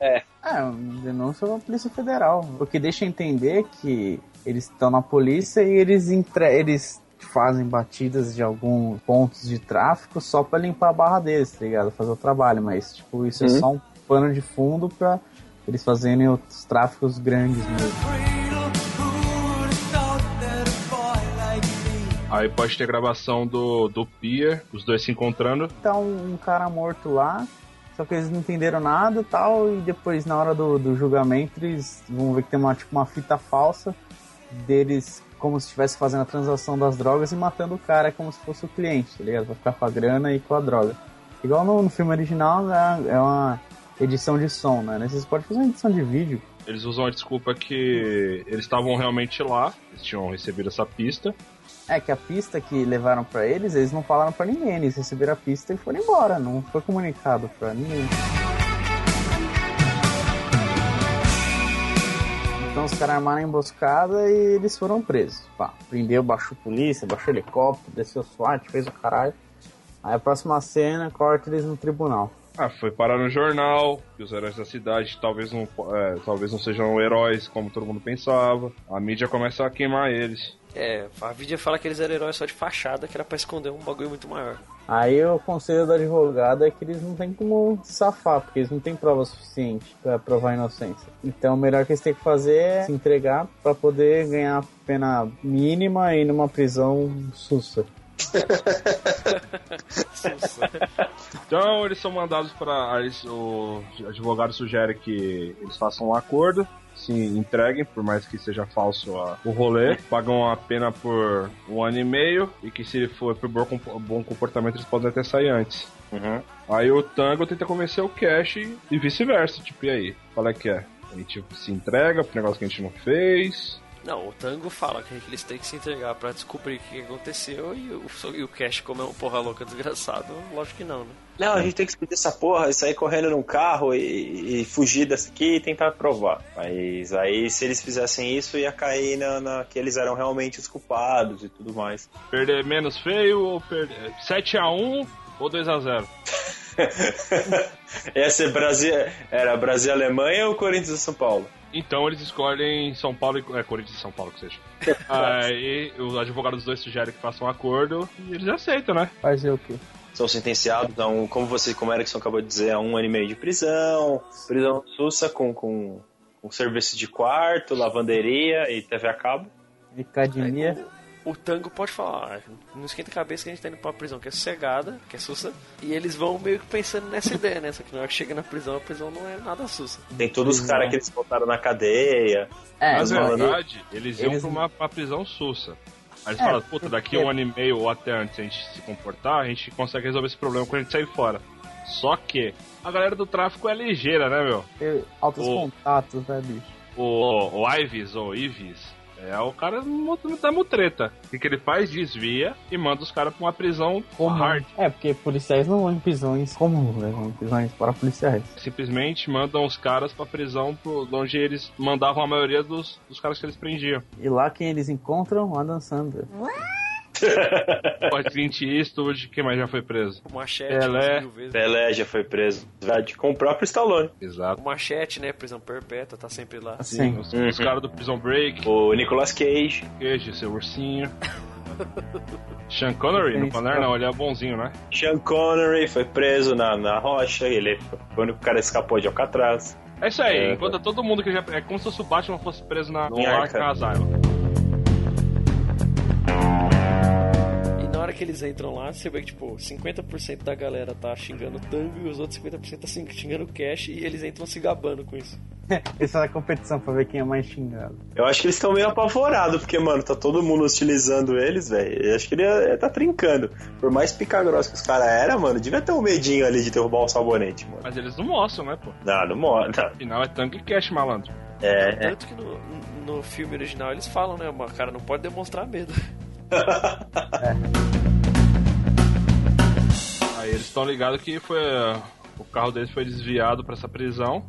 Speaker 2: É.
Speaker 1: É, denúncia pra Polícia Federal. O que deixa entender é que eles estão na polícia e eles, entre... eles fazem batidas de alguns pontos de tráfico só pra limpar a barra deles, tá ligado? Fazer o trabalho, mas tipo, isso é
Speaker 2: Uhum.
Speaker 1: só um pano de fundo pra eles fazerem os tráficos grandes né? mesmo.
Speaker 4: Aí pode ter gravação do, do Pier, os dois se encontrando.
Speaker 1: Tá um, um cara morto lá, só que eles não entenderam nada e tal, e depois na hora do, do julgamento eles vão ver que tem uma, tipo, uma fita falsa deles como se estivesse fazendo a transação das drogas e matando o cara como se fosse o cliente, tá ligado? Pra ficar com a grana e com a droga. Igual no, no filme original né, é uma edição de som, né? Vocês podem fazer uma edição de vídeo.
Speaker 4: Eles usam a desculpa que eles estavam realmente lá, eles tinham recebido essa pista.
Speaker 1: É que a pista que levaram pra eles, eles não falaram pra ninguém, eles receberam a pista e foram embora, não foi comunicado pra ninguém. Então os caras armaram a emboscada e eles foram presos. Pá, prendeu, baixou polícia, baixou helicóptero, desceu SWAT, fez o caralho. Aí a próxima cena, corta eles no tribunal.
Speaker 4: Ah, foi parar no jornal, que os heróis da cidade talvez não, é, talvez não sejam heróis como todo mundo pensava. A mídia começa a queimar eles.
Speaker 3: É, a mídia fala que eles eram heróis só de fachada, que era pra esconder um bagulho muito maior.
Speaker 1: Aí o conselho do advogado é que eles não têm como se safar, porque eles não têm prova suficiente pra provar a inocência. Então o melhor que eles têm que fazer é se entregar pra poder ganhar a pena mínima e numa prisão sussa.
Speaker 4: Então eles são mandados para. O advogado sugere que eles façam um acordo, se entreguem, por mais que seja falso a- o rolê, pagam a pena por um ano e meio e que se for por bom compo- bom comportamento eles podem até sair antes. Aí o Tango tenta convencer o Cash e vice-versa, tipo, e aí? Qual é que é? A gente se entrega pro negócio que a gente não fez.
Speaker 3: Não, o Tango fala que eles têm que se entregar pra descobrir o que aconteceu e o, e o Cash, como é um porra louca desgraçado, lógico que não, né?
Speaker 2: Não, a gente tem que explodir essa porra e sair correndo num carro e, e fugir dessa aqui e tentar provar. Mas aí, se eles fizessem isso, ia cair na, na- que eles eram realmente os culpados e tudo mais. <laughs>
Speaker 4: Perder menos feio ou perder 7x1 ou 2x0?
Speaker 2: Ia ser Brasil, era Brasil Alemanha ou Corinthians e São Paulo?
Speaker 4: Então eles escolhem São Paulo e. É, Corinthians e São Paulo, que seja. Ah, Aí o advogado dos dois sugere que façam um acordo e eles aceitam, né?
Speaker 1: Fazer o quê?
Speaker 2: São sentenciados a um, como você, como Erickson acabou de dizer, a um ano e meio de prisão, prisão sussa com, com, com serviço de quarto, lavanderia e TV a cabo.
Speaker 1: E academia.
Speaker 3: O Tango pode falar, "Ah, não esquenta a cabeça que a gente tá indo pra uma prisão que é sossegada, que é sussa, e eles vão meio que pensando nessa ideia, né? Só que na hora que chega na prisão, a prisão não é nada sussa.
Speaker 2: Tem todos os caras que eles botaram na cadeia.
Speaker 4: Na
Speaker 1: É,
Speaker 2: Mas, mano,
Speaker 4: verdade, eles iam
Speaker 2: eles-
Speaker 4: pra uma, pra prisão sussa. Aí eles falam, puta, daqui um ano e meio ou até antes a gente se comportar, a gente consegue resolver esse problema quando a gente sair fora. Só que a galera do tráfico é ligeira, né, meu?
Speaker 1: Altos
Speaker 4: O-
Speaker 1: contatos, né, bicho?
Speaker 4: o, o Ives ou Ives é o cara mu- da mutreta. O que, que ele faz? Desvia e manda os caras pra uma prisão hard.
Speaker 1: É, porque policiais não vão em prisões comuns, né? Vão em prisões para policiais.
Speaker 4: Simplesmente mandam os caras pra prisão pro, onde eles mandavam a maioria dos, dos caras que eles
Speaker 2: <laughs>
Speaker 4: prendiam.
Speaker 1: E lá quem eles encontram? Adam Sandler.
Speaker 4: Pode Clint Eastwood, quem mais já foi preso?
Speaker 3: O Machete, umas
Speaker 4: Pelé.
Speaker 3: mil vezes.
Speaker 2: Pelé já foi preso. Verdade, com o próprio Stallone.
Speaker 4: Exato.
Speaker 3: O Machete, né? Prisão perpétua, tá sempre lá.
Speaker 1: Assim,
Speaker 4: Sim, os, os caras do Prison Break.
Speaker 2: O Nicolas Cage.
Speaker 4: Cage, seu ursinho. Sean Connery? Não
Speaker 2: Sim,
Speaker 4: Connery
Speaker 2: sim.
Speaker 4: não, ele é bonzinho, né?
Speaker 2: Sean Connery foi preso na, na rocha, ele foi o único cara que escapou de Alcatraz.
Speaker 4: É isso aí,
Speaker 2: É.
Speaker 4: enquanto todo mundo que já. É como se fosse o Batman fosse preso na, né?
Speaker 2: Em
Speaker 4: no
Speaker 2: Arkham.
Speaker 4: Arkham Asylum.
Speaker 3: E na hora que eles entram lá, você vê que, tipo, 50% da galera tá xingando o Tango e os outros 50% tá xingando o Cash e eles entram se gabando com isso.
Speaker 1: Essa é a competição pra ver quem é mais xingado.
Speaker 2: Eu acho que eles estão meio apavorados, porque, mano, tá todo mundo hostilizando eles, velho. Eu acho que ele ia, ia tá trincando. Por mais pica grossa que os caras eram, mano, devia ter um medinho ali de derrubar um sabonete, mano.
Speaker 4: Mas eles não mostram, né, pô?
Speaker 2: Não, não mora.
Speaker 4: Afinal é Tango e Cash, malandro.
Speaker 2: É, é.
Speaker 3: Tanto que no, no filme original eles falam, né? Uma cara não pode demonstrar medo. <laughs>
Speaker 4: Aí eles estão ligados que foi. O carro deles foi desviado pra essa prisão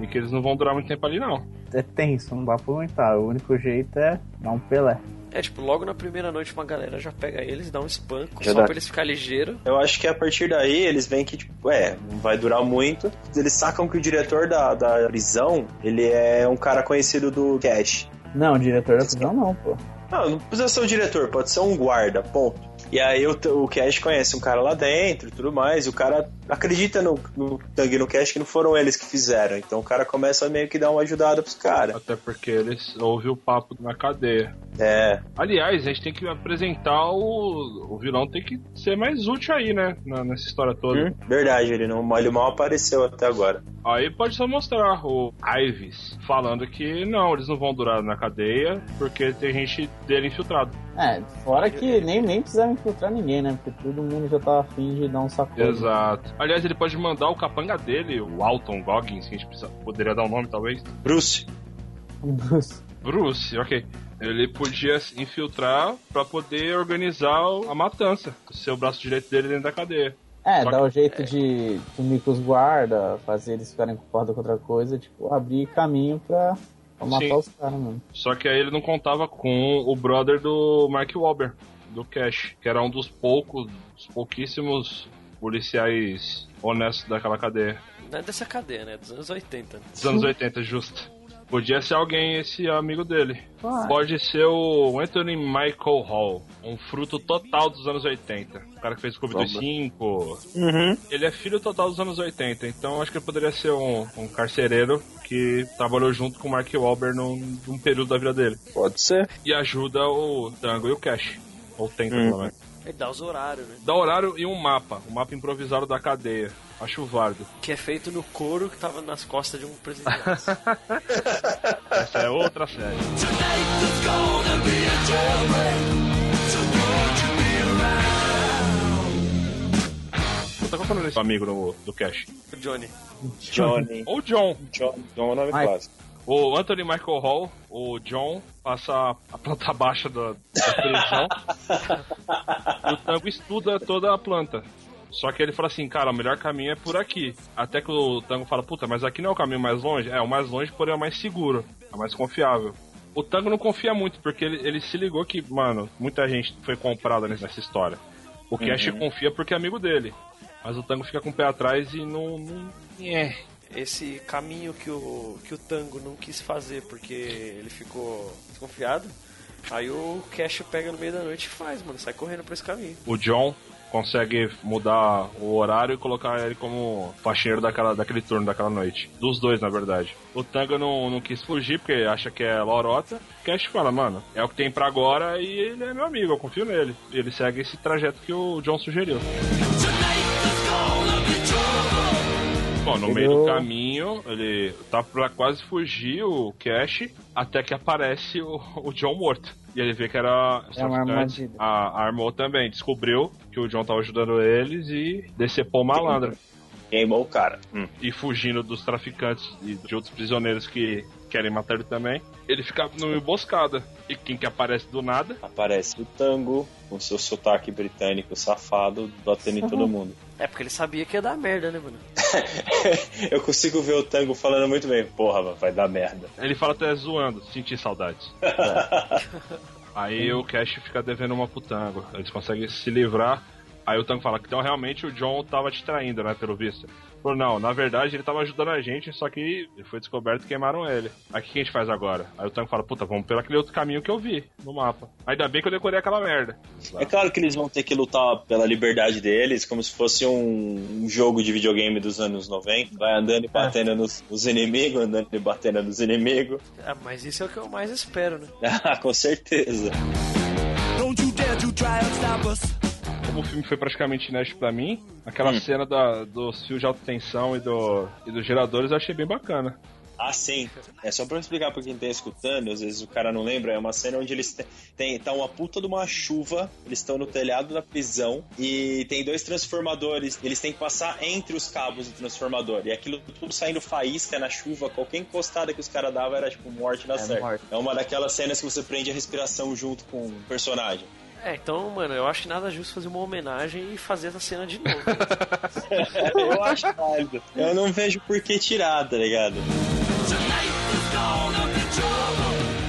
Speaker 4: e que eles não vão durar muito tempo ali, não.
Speaker 1: É tenso, não dá pra aguentar. O único jeito é dar um Pelé.
Speaker 3: É, tipo, logo na primeira noite uma galera já pega eles, dá um espanco,
Speaker 2: Já
Speaker 3: só
Speaker 2: dá.
Speaker 3: pra eles ficarem ligeiros.
Speaker 2: Eu acho que a partir daí eles veem que, tipo, é, não vai durar muito. Eles sacam que o diretor da, da prisão, ele é um cara conhecido do Cash.
Speaker 1: Não, o diretor da prisão não, pô.
Speaker 2: Ah, Não, não precisa ser o diretor, pode ser um guarda, ponto. E aí o, o Cash conhece um cara lá dentro e tudo mais, e o cara acredita no, no Tang e no Cash que não foram eles que fizeram. Então o cara começa a meio que dar uma ajudada pros caras.
Speaker 4: Até porque eles ouvem o papo na cadeia.
Speaker 2: É.
Speaker 4: Aliás, a gente tem que apresentar o. O vilão tem que ser mais útil aí, né? na- nessa história toda.
Speaker 2: Hum? Verdade, ele, não, ele mal apareceu até agora.
Speaker 4: Aí pode só mostrar o Ives falando que não, eles não vão durar na cadeia porque tem gente dele infiltrado.
Speaker 1: É, fora que nem, nem precisaram infiltrar ninguém, né? Porque todo mundo já tava afim de dar um saco.
Speaker 4: Exato. Aliás, ele pode mandar o capanga dele, o Alton Goggins, que a gente precisa- poderia dar um nome talvez.
Speaker 2: Bruce.
Speaker 4: Bruce, ok. Ele podia se infiltrar pra poder organizar o- a matança. O seu braço direito dele dentro da cadeia.
Speaker 1: É,
Speaker 4: Só
Speaker 1: dá
Speaker 4: que-
Speaker 1: o jeito de sumir com os guarda, fazer eles ficarem ocupados com outra coisa, tipo, abrir caminho pra, pra matar
Speaker 4: Sim.
Speaker 1: os caras, mano.
Speaker 4: Só que aí ele não contava com o brother do Mark Wahlberg, do Cash, que era um dos poucos, dos pouquíssimos policiais honestos daquela cadeia.
Speaker 3: Não é dessa cadeia, né? Dos anos 80. né?
Speaker 4: Dos anos 80, justo. Podia ser alguém esse amigo dele.
Speaker 3: Ah.
Speaker 4: Pode ser o Anthony Michael Hall, um fruto total dos anos 80. O cara que fez Scooby-Doo
Speaker 2: Sombra.
Speaker 4: 5.
Speaker 2: Uhum.
Speaker 4: Ele é filho total dos anos 80, então acho que ele poderia ser um, um carcereiro que trabalhou junto com o Mark Wahlberg num, num período da vida dele.
Speaker 2: Pode ser.
Speaker 4: E ajuda o Tango e o Cash. Ou tenta,
Speaker 2: Hum.
Speaker 4: pelo menos.
Speaker 3: Ele dá os horários, né?
Speaker 4: Dá horário e um mapa. Um mapa improvisado da cadeia. Acho válido.
Speaker 3: Que é feito no couro que tava nas costas de um presidiário. <laughs>
Speaker 4: Essa é outra série. Puta, qual que é o nome desse amigo do, do Cash?
Speaker 3: O Johnny.
Speaker 2: Johnny.
Speaker 4: Ou John.
Speaker 2: John. John é o nome
Speaker 4: Mike.
Speaker 2: clássico.
Speaker 4: O Anthony Michael Hall, o John, passa a- a planta <laughs> baixa da, da prisão. e o Tango estuda toda a planta. Só que ele fala assim, cara, o melhor caminho é por aqui. Até que o Tango fala, puta, mas aqui não é o caminho mais longe? É, o mais longe, porém é o mais seguro, é o mais confiável. O Tango não confia muito, porque ele, ele se ligou que, mano, muita gente foi comprada nessa nessa história. O Cash
Speaker 2: Uhum.
Speaker 4: confia porque é amigo dele. Mas o Tango fica com o pé atrás e não- não É.
Speaker 3: Esse caminho que o, que o Tango não quis fazer porque ele ficou desconfiado. Aí o Cash pega no meio da noite e faz, mano. Sai correndo por esse caminho.
Speaker 4: o John consegue mudar o horário e colocar ele como faxineiro daquela, daquele turno, daquela noite. Dos dois, na verdade. O Tanga não, não quis fugir porque acha que é lorota. Cash fala, mano, é o que tem pra agora e ele é meu amigo, eu confio nele. E ele segue esse trajeto que o John sugeriu. Bom, no meio do caminho, fugiu, ele tá pra quase fugir o Cash, até que aparece o, o John morto. E ele vê que era
Speaker 1: É uma armadilha.
Speaker 4: a, armou também, descobriu que o John tava ajudando eles e decepou o malandro.
Speaker 2: Queimou o cara. Hum.
Speaker 4: E fugindo dos traficantes e de outros prisioneiros que querem matar ele também, ele fica numa emboscada. E quem que aparece do nada?
Speaker 2: Aparece o Tango, com seu sotaque britânico safado, batendo em <laughs> todo mundo.
Speaker 3: É porque ele sabia que ia dar merda, né, mano?
Speaker 2: Eu consigo ver o Tango falando muito bem. Porra, mano, vai dar merda.
Speaker 4: Ele fala até zoando, senti saudades. Aí o Cash fica devendo uma pro Tango. Eles conseguem se livrar. Aí o Tango fala que então realmente o John tava te traindo, né, pelo visto. Falou, não, na verdade ele tava ajudando a gente, só que ele foi descoberto e queimaram ele. Aí o que a gente faz agora? Aí o Tango fala, puta, vamos pelo aquele outro caminho que eu vi no mapa. Ainda bem que eu decorei aquela merda.
Speaker 2: É claro que eles vão ter que lutar pela liberdade deles, como se fosse um, um jogo de videogame dos anos 90. Vai andando e batendo nos, nos inimigos, andando e batendo nos inimigos. <laughs>
Speaker 3: Ah, mas isso é o que eu mais espero, né?
Speaker 2: Ah, com certeza.
Speaker 5: Don't you dare to try and stop us.
Speaker 4: Como o filme foi praticamente inédito pra mim, aquela cena da, dos fios de alta tensão e, do, e dos geradores eu achei bem bacana.
Speaker 2: Ah, sim. É só pra eu explicar pra quem tá escutando, às vezes o cara não lembra, é uma cena onde eles te- tem tá uma puta de uma chuva, eles estão no telhado da prisão e tem dois transformadores, eles têm que passar entre os cabos do transformador. E aquilo tudo saindo faísca na chuva, qualquer encostada que os caras davam era tipo morte na
Speaker 3: É
Speaker 2: certa.
Speaker 3: morte.
Speaker 2: É uma daquelas cenas que você prende a respiração junto com o personagem.
Speaker 3: É, então, mano, eu acho que nada justo fazer uma homenagem e fazer essa cena de <laughs> novo.
Speaker 2: <laughs> eu acho válido. Eu não vejo por que tirar, tá ligado?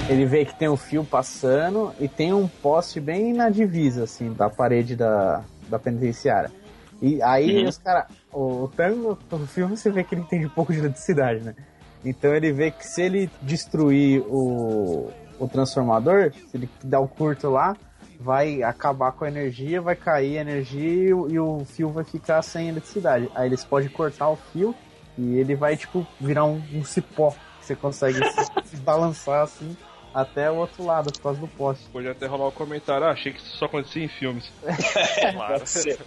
Speaker 1: Ele vê que tem um fio passando e tem um poste bem na divisa, assim, da parede da, da penitenciária. E aí
Speaker 12: Uhum.
Speaker 1: os caras. O, o Tango, no filme, você vê que ele entende um pouco de eletricidade, né? Então ele vê que se ele destruir o, o transformador, se ele dar o curto lá, vai acabar com a energia, vai cair a energia e, o- e o fio vai ficar sem eletricidade. Aí eles podem cortar o fio e ele vai, tipo, virar um, um cipó. que Você consegue se, <laughs> se balançar assim até o outro lado, por causa do poste.
Speaker 4: Podia até rolar o comentário, ah, achei que isso só acontecia em filmes.
Speaker 2: Claro.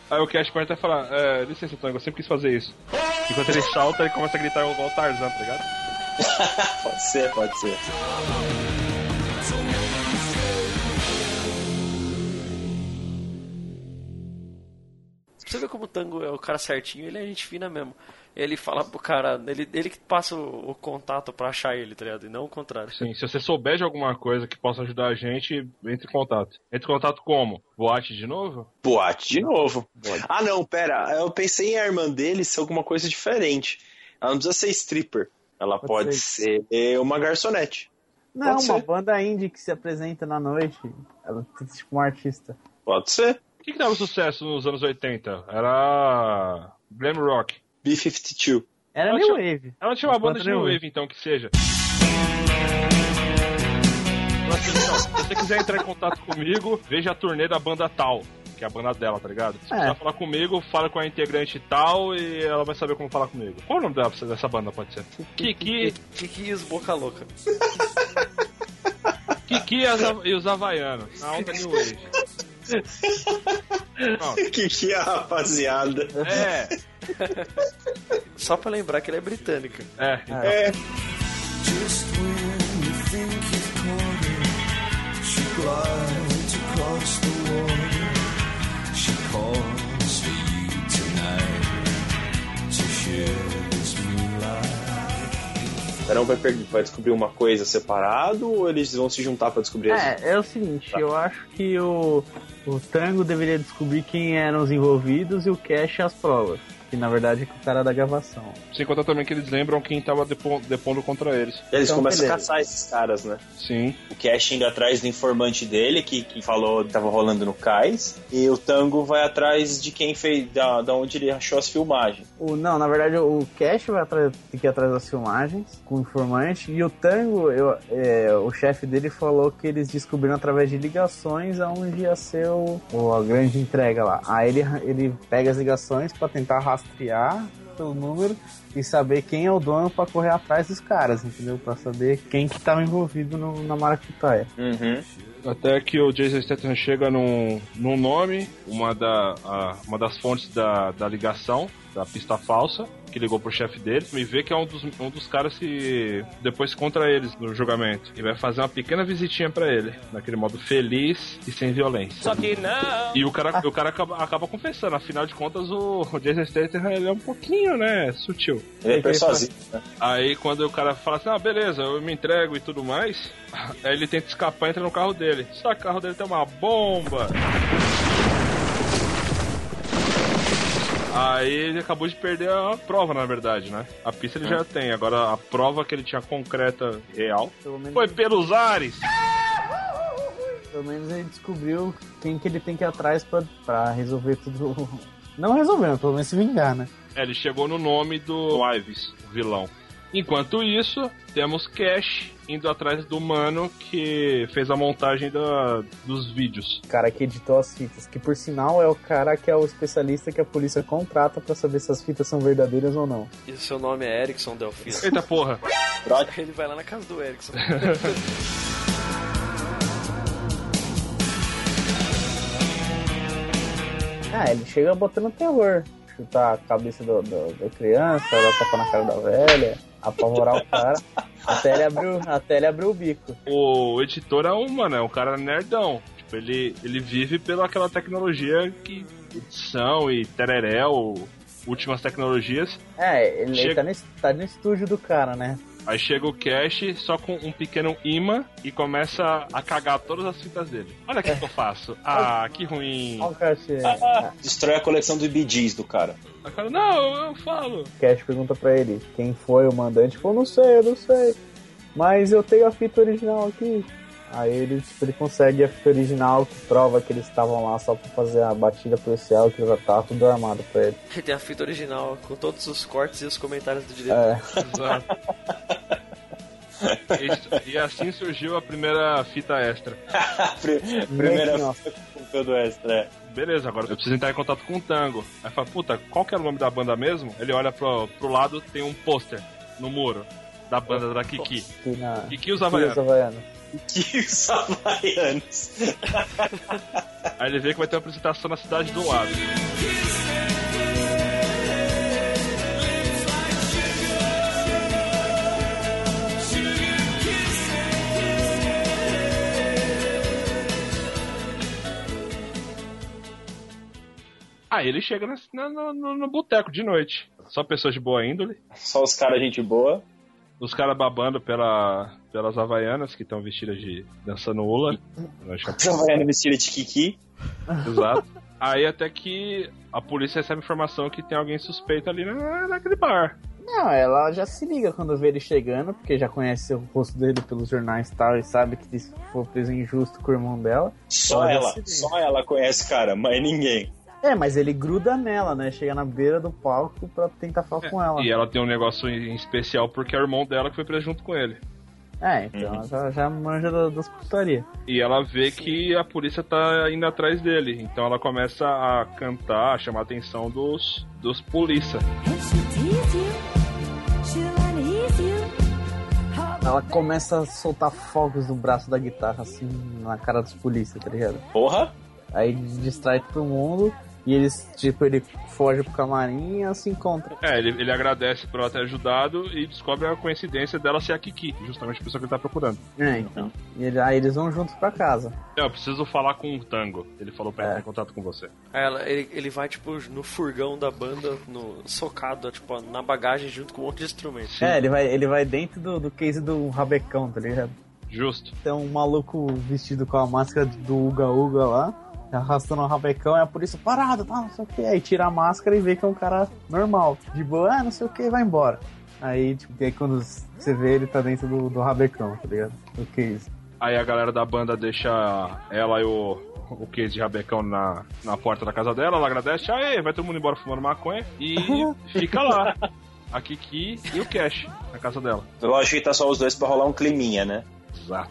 Speaker 4: Aí o Cash pode até falar, é, licença, Tango, eu sempre quis fazer isso. Enquanto ele salta, ele começa a gritar igual o Tarzan, tá ligado?
Speaker 2: pode ser, pode ser.
Speaker 3: Pra Você vê como o Tango é o cara certinho, ele é gente fina mesmo. Ele fala pro cara, ele, ele que passa o, o contato pra achar ele, tá ligado? E não o contrário.
Speaker 4: Sim, se você souber de alguma coisa que possa ajudar a gente, entre em contato. Entre em contato como? Boate de novo?
Speaker 2: Boate de novo. Ah, não, pera. Eu pensei em a irmã dele ser alguma coisa diferente. Ela não precisa ser stripper. Ela pode, ser. eh, uma garçonete.
Speaker 1: Não,
Speaker 2: Pode
Speaker 1: uma
Speaker 2: ser.
Speaker 1: banda indie que se apresenta na noite. Ela tem que ser tipo um artista.
Speaker 2: Pode ser.
Speaker 4: O que, que dava sucesso nos anos 80? Era. Glam Rock.
Speaker 2: B-52.
Speaker 1: Era
Speaker 4: New
Speaker 1: Wave.
Speaker 4: Ela tinha uma
Speaker 2: Enquanto
Speaker 4: banda de
Speaker 2: New
Speaker 4: New
Speaker 2: Wave.
Speaker 4: Wave, então, que seja. Então, se você quiser entrar em contato comigo, veja a turnê da banda tal, que é a banda dela, tá ligado? Se
Speaker 1: É.
Speaker 4: precisar falar comigo, fala com a integrante tal e ela vai saber como falar comigo. Qual é o nome dela, dessa banda, pode ser? Kiki...
Speaker 3: Kiki e os Boca Louca.
Speaker 4: Kiki e as ha- e os Havaianos, na onda New Wave.
Speaker 2: <laughs> que que é, rapaziada?
Speaker 4: É.
Speaker 3: Só pra lembrar que ele é britânica.
Speaker 4: É.
Speaker 2: É. Cada um vai, per- vai descobrir uma coisa separado ou eles vão se juntar pra descobrir as-
Speaker 1: É, é o seguinte, eu acho que o, o Tango deveria descobrir quem eram os envolvidos e o Cash as provas. Que na verdade é que o cara da gravação.
Speaker 4: Sem contar também que eles lembram quem tava depo- depondo contra eles.
Speaker 2: Eles começam a caçar esses caras, né?
Speaker 4: Sim.
Speaker 2: O Cash indo atrás do informante dele, que, que falou que tava rolando no cais. E o Tango vai atrás de quem fez, da, da onde ele achou as filmagens.
Speaker 1: O, não, na verdade o Cash vai atrás, tem que ir atrás das filmagens com o informante. E o Tango, eu- é, o chefe dele falou que eles descobriram através de ligações aonde ia ser o, o- a grande entrega lá. Aí ele, ele pega as ligações pra tentar rastrear pelo número e saber quem é o dono pra correr atrás dos caras, entendeu? Pra saber quem que tava envolvido no- na maracutaia.
Speaker 2: Uhum.
Speaker 4: Até que o Jason Statham chega num, num nome, uma, da, a- uma das fontes da, da ligação, da pista falsa, que ligou pro chefe dele, me vê que é um dos, um dos caras que depois contra eles no julgamento. E vai fazer uma pequena visitinha pra ele, naquele modo feliz e sem violência.
Speaker 6: Só que não.
Speaker 4: E o cara, o cara acaba, acaba confessando, afinal de contas o, o Jason Statham ele é um pouquinho, né, sutil.
Speaker 2: Ele é persuasivo, né?
Speaker 4: Aí quando o cara fala assim, ah, beleza, eu me entrego e tudo mais, <laughs> aí ele tenta escapar e entra no carro dele. Só que o carro dele tem uma bomba. Aí ele acabou de perder a prova, na verdade, né? A pista ele já tem, agora a prova que ele tinha concreta real foi pelos ares.
Speaker 1: Pelo menos ele descobriu quem que ele tem que ir atrás pra, pra resolver tudo. <laughs> Não resolver, mas pelo menos se vingar, né?
Speaker 4: É, ele chegou no nome do Ives, o vilão. Enquanto isso, temos Cash indo atrás do mano que fez a montagem da, dos vídeos.
Speaker 1: O cara que editou as fitas, que por sinal é o cara que é o especialista que a polícia contrata pra saber se as fitas são verdadeiras ou não.
Speaker 3: E o seu nome é Erickson Delfino.
Speaker 4: Eita porra!
Speaker 3: <laughs> Ele vai lá na casa do Erickson.
Speaker 1: Ah, ele chega botando terror. Chutar a cabeça do- do- da criança, dar tapa na cara da velha, apavorar o cara, até ele abrir, o- até ele abrir o bico.
Speaker 4: O editor é um, mano, é um cara nerdão. Tipo, ele, ele vive pela aquela tecnologia que edição e tereréu, últimas tecnologias.
Speaker 1: É, ele,
Speaker 4: Chega-
Speaker 1: tá, no, es- tá no estúdio do cara, né?
Speaker 4: Aí chega o Cash só com um pequeno imã e começa a cagar todas as fitas dele. Olha o que, que eu faço. Ah, que ruim.
Speaker 1: Olha o cara se-
Speaker 2: Ah, destrói a coleção de BDs do cara.
Speaker 4: Aí o cara, não, eu falo.
Speaker 1: O Cash pergunta pra ele quem foi o mandante. Ele falou, não sei, eu não sei. Mas eu tenho a fita original aqui. Aí ele, tipo, ele consegue a fita original que prova que eles estavam lá só pra fazer a batida policial que já tá tudo armado pra ele.
Speaker 3: <laughs> Ele tem a fita original com todos os cortes e os comentários do
Speaker 1: <laughs>
Speaker 3: diretor.
Speaker 1: É.
Speaker 4: Exato. E, e assim surgiu a primeira fita extra.
Speaker 2: Pri- Primeira com todo extra, é.
Speaker 4: Beleza, agora eu preciso entrar em contato com o Tango. Aí fala, puta, qual que era o nome da banda mesmo? Ele olha pro, pro lado, tem um pôster no muro da banda da Kiki.
Speaker 1: Aqui na...
Speaker 4: Kiki os Havaianos.
Speaker 1: Kiki os Havaianos.
Speaker 2: <laughs> Que os havaianos.
Speaker 4: Aí ele vê que vai ter uma apresentação na cidade do lado. Aí ele chega na- na- no, no- no boteco de noite. Só pessoas de boa índole.
Speaker 2: Só os caras, gente boa.
Speaker 4: Os caras babando pela, pelas havaianas que estão vestidas de dançando hula. né? é
Speaker 2: Os havaianos vestidos de Kiki.
Speaker 4: Exato. um Aí até que a polícia recebe informação que tem alguém suspeito ali na, naquele bar.
Speaker 1: Não, ela já se liga quando vê ele chegando, porque já conhece o rosto dele pelos jornais e tal, e sabe que isso foi preso injusto com o irmão dela.
Speaker 2: Só
Speaker 1: Então,
Speaker 2: ela,
Speaker 1: já se liga.
Speaker 2: só ela conhece o cara, mas ninguém.
Speaker 1: É, mas ele gruda nela, né? Chega na beira do palco pra tentar falar com ela.
Speaker 4: E ela tem um negócio em especial porque é o irmão dela que foi preso junto com ele.
Speaker 1: É, então ela já, já manja da- das putaria.
Speaker 4: E ela vê que a polícia tá indo atrás dele. Então ela começa a cantar, a chamar a atenção dos, dos polícia.
Speaker 1: Ela começa a soltar fogos no braço da guitarra, assim, na cara dos polícias, tá ligado?
Speaker 2: Porra!
Speaker 1: Aí distrai todo mundo e eles, tipo, ele foge pro camarim e ela se encontra.
Speaker 4: É, ele, ele agradece por ela ter ajudado e descobre a coincidência dela ser a Kiki, justamente a pessoa que ele tá procurando.
Speaker 1: É, então. E ele- aí eles vão juntos pra casa.
Speaker 4: Eu preciso falar com o Tango. Ele falou pra entrar em contato com você.
Speaker 3: Aí ela- ele, ele vai, tipo, no furgão da banda, no, socado, tipo, na bagagem junto com um monte de instrumentos.
Speaker 1: É, ele vai, ele vai dentro do, do case do rabecão, tá ligado?
Speaker 4: Justo.
Speaker 1: Tem um maluco vestido com a máscara do Uga Uga lá, arrastando o rabecão, e a polícia parada, tá, não sei o que. Aí tira a máscara e vê que é um cara normal, de boa, ah, não sei o que, vai embora. Aí, tipo, e aí quando você vê, ele tá dentro do, do rabecão, tá ligado? Do case.
Speaker 4: Aí a galera da banda deixa ela e o, o Case de Rabecão na, na porta da casa dela, ela agradece, aê, vai todo mundo embora fumando maconha e fica lá. A Kiki e o Cash na casa dela.
Speaker 2: Lógico que tá só os dois pra rolar um climinha, né?
Speaker 4: Exato.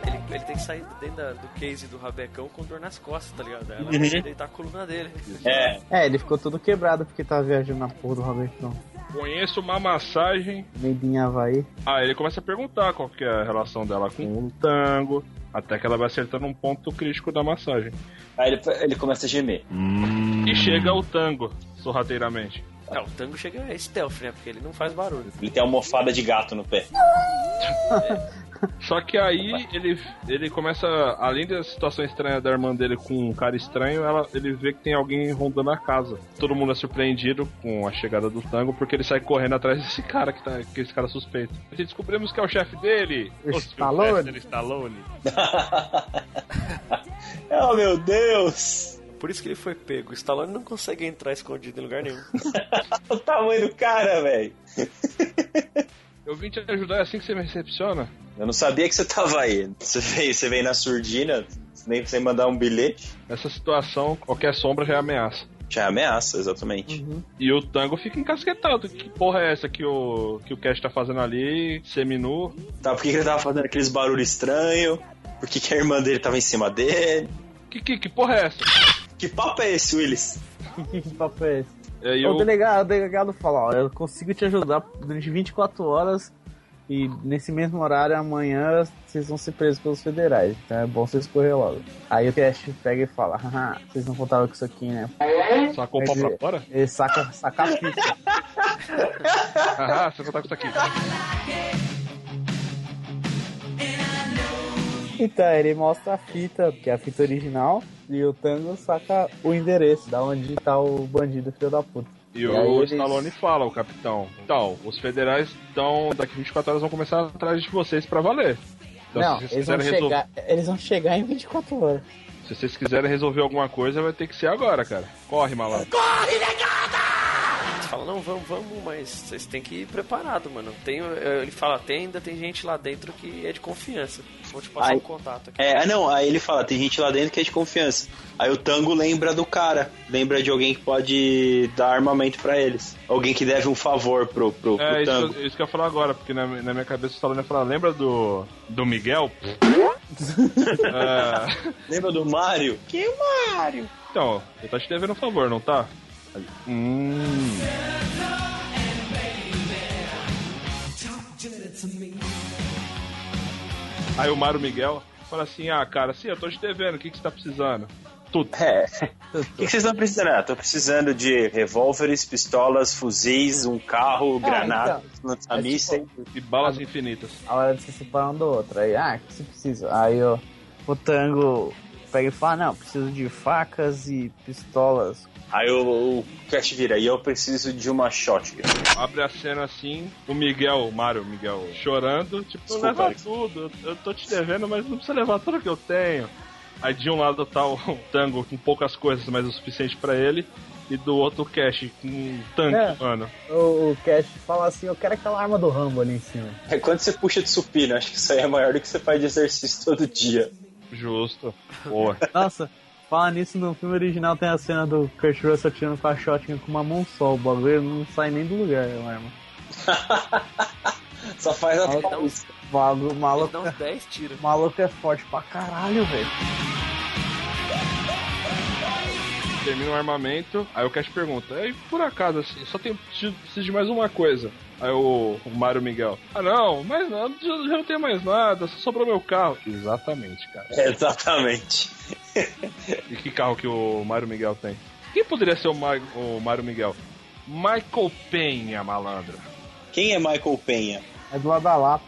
Speaker 3: Ele, ele tem que sair dentro da- do case do rabecão com dor nas costas, tá ligado? Ela
Speaker 1: Uhum.
Speaker 3: vai deitar a coluna dele.
Speaker 2: É.
Speaker 1: É, ele ficou todo quebrado porque tava viajando na porra do Robertão.
Speaker 4: Conheço uma massagem.
Speaker 1: Vem em Havaí. <laughs>
Speaker 4: Ah, ele começa a perguntar qual que é a relação dela com o tango. Até que ela vai acertando um ponto crítico da massagem.
Speaker 2: Aí ele, ele começa a gemer.
Speaker 4: E chega o tango, sorrateiramente.
Speaker 3: É, o tango chega é stealth, né? Porque ele não faz barulho.
Speaker 2: Ele tem uma almofada de gato no pé.
Speaker 4: Só que aí ele, ele começa, além da situação estranha da irmã dele com um cara estranho, ela, ele vê que tem alguém rondando a casa. Todo mundo é surpreendido com a chegada do tango, porque ele sai correndo atrás desse cara que tá, que esse cara suspeito. E descobrimos que é o chefe dele, o
Speaker 1: Stallone.
Speaker 4: Sylvester Stallone.
Speaker 2: Oh, meu Deus! <laughs>
Speaker 3: Por isso que ele foi pego. O Stallone não consegue entrar escondido em lugar nenhum.
Speaker 2: o tamanho do cara, velho.
Speaker 4: Eu vim te ajudar, é assim que você me recepciona?
Speaker 2: Eu não sabia que você tava aí. Você veio, você veio na surdina, nem sem mandar um bilhete.
Speaker 4: Nessa situação, qualquer sombra já é ameaça.
Speaker 2: Já é ameaça, exatamente.
Speaker 4: E o tango fica encasquetado. Que porra é essa que o, que o Cash tá fazendo ali, seminu?
Speaker 2: Tá, por que que ele tava fazendo aqueles barulhos estranhos? Por que, que a irmã dele tava em cima dele?
Speaker 4: Que, que, que porra é essa?
Speaker 2: Que papo é esse, Willis?
Speaker 1: que papo é esse?
Speaker 4: É,
Speaker 1: O, delegado, o delegado fala, ó, eu consigo te ajudar durante 24 horas e nesse mesmo horário amanhã vocês vão ser presos pelos federais, então é bom vocês correr logo. Aí o Cash pega e fala, haha, vocês não contavam com isso aqui, né?
Speaker 4: Sacou o
Speaker 1: Mas é-
Speaker 4: pau pra
Speaker 1: ele-
Speaker 4: fora?
Speaker 1: Ele saca, saca a fita.
Speaker 4: Ah, você não tá com isso aqui.
Speaker 1: <laughs> Então, ele mostra a fita, que é a fita original, e o Tango saca o endereço da onde tá o bandido filho da puta.
Speaker 4: E
Speaker 1: aí
Speaker 4: o
Speaker 1: eles-
Speaker 4: Stallone fala, o capitão. Então, os federais estão. Daqui 24 horas vão começar atrás de vocês pra valer. Então,
Speaker 1: não,
Speaker 4: se vocês
Speaker 1: eles vão,
Speaker 4: quiserem resolver.
Speaker 1: chegar, eles vão chegar em 24 horas.
Speaker 4: Se vocês quiserem resolver alguma coisa, vai ter que ser agora, cara. Corre, malandro.
Speaker 3: Você fala, não, vamos, vamos, mas vocês têm que ir preparado, mano. Tem, eh, ele fala, tem, ainda tem gente lá dentro que é de confiança. Vou te passar
Speaker 2: Ai.
Speaker 3: um contato aqui.
Speaker 2: É, ah, não, aí ele fala, tem gente lá dentro que é de confiança. Aí o Tango lembra do cara, lembra de alguém que pode dar armamento pra eles. Alguém que deve um favor pro, pro, pro
Speaker 4: É, isso,
Speaker 2: Tango.
Speaker 4: que eu- isso que eu ia falar agora, porque na, na minha cabeça o Stallone ia falar, lembra do. do Miguel? Ah,
Speaker 2: Lembra do Mario? Que Mario?
Speaker 4: então, ele tá te devendo um favor, não tá? Hum. Aí o Mário Miguel fala assim: Ah, cara, sim, eu tô te devendo, o que, que você tá precisando? Tudo.
Speaker 2: É. O que, que vocês estão precisando? Ah, tô precisando de revólveres, pistolas, fuzis, um carro,
Speaker 1: Ah,
Speaker 2: granadas,
Speaker 1: então.
Speaker 2: lança-mísseis.
Speaker 4: E balas infinitas.
Speaker 1: A hora de se separar um do outro. Aí, ah, o que você precisa? Aí ó, o Tango pega e fala, não, preciso de facas e pistolas.
Speaker 2: Aí o, o Crash vira, e eu preciso de uma shotgun.
Speaker 4: Abre a cena assim, o Miguel, o Mário Miguel, chorando, tipo,
Speaker 2: Desculpa,
Speaker 4: leva
Speaker 2: Alex.
Speaker 4: tudo, eu eu tô te devendo, mas não precisa levar tudo que eu tenho. Aí de um lado tá o <laughs> Tango com poucas coisas, mas o suficiente pra ele, e do outro o Cash com um tanque,
Speaker 1: É.
Speaker 4: mano.
Speaker 1: O, o Cash fala assim, eu quero aquela arma do Rambo ali em cima.
Speaker 2: É quando você puxa de supino, acho que isso aí é maior do que você faz de exercício todo dia.
Speaker 4: Justo. Boa.
Speaker 1: Nossa, fala nisso, no filme original tem a cena do Kurt Russell tirando com a shotgun com uma mão só, o bagulho não sai nem do lugar, a arma.
Speaker 2: Só faz a
Speaker 1: Ele dá
Speaker 2: <laughs> pausa.
Speaker 1: Então, O bagulho, o
Speaker 3: Ele
Speaker 1: maluco,
Speaker 3: dá uns 10 tiros.
Speaker 1: o maluco é forte pra caralho, velho.
Speaker 4: <laughs> Termina o armamento, aí o Cash pergunta, aí por acaso, assim, só tem, preciso preciso de mais uma coisa. Aí o, o Mário Miguel, ah não, mas não, já já não tenho mais nada, só sobrou meu carro. Exatamente, cara.
Speaker 2: é. Exatamente.
Speaker 4: E que carro que o Mário Miguel tem? Quem poderia ser o, Ma- o Mário Miguel? Michael Penha, malandro.
Speaker 2: Quem é Michael Penha?
Speaker 1: É do lado da Lapa.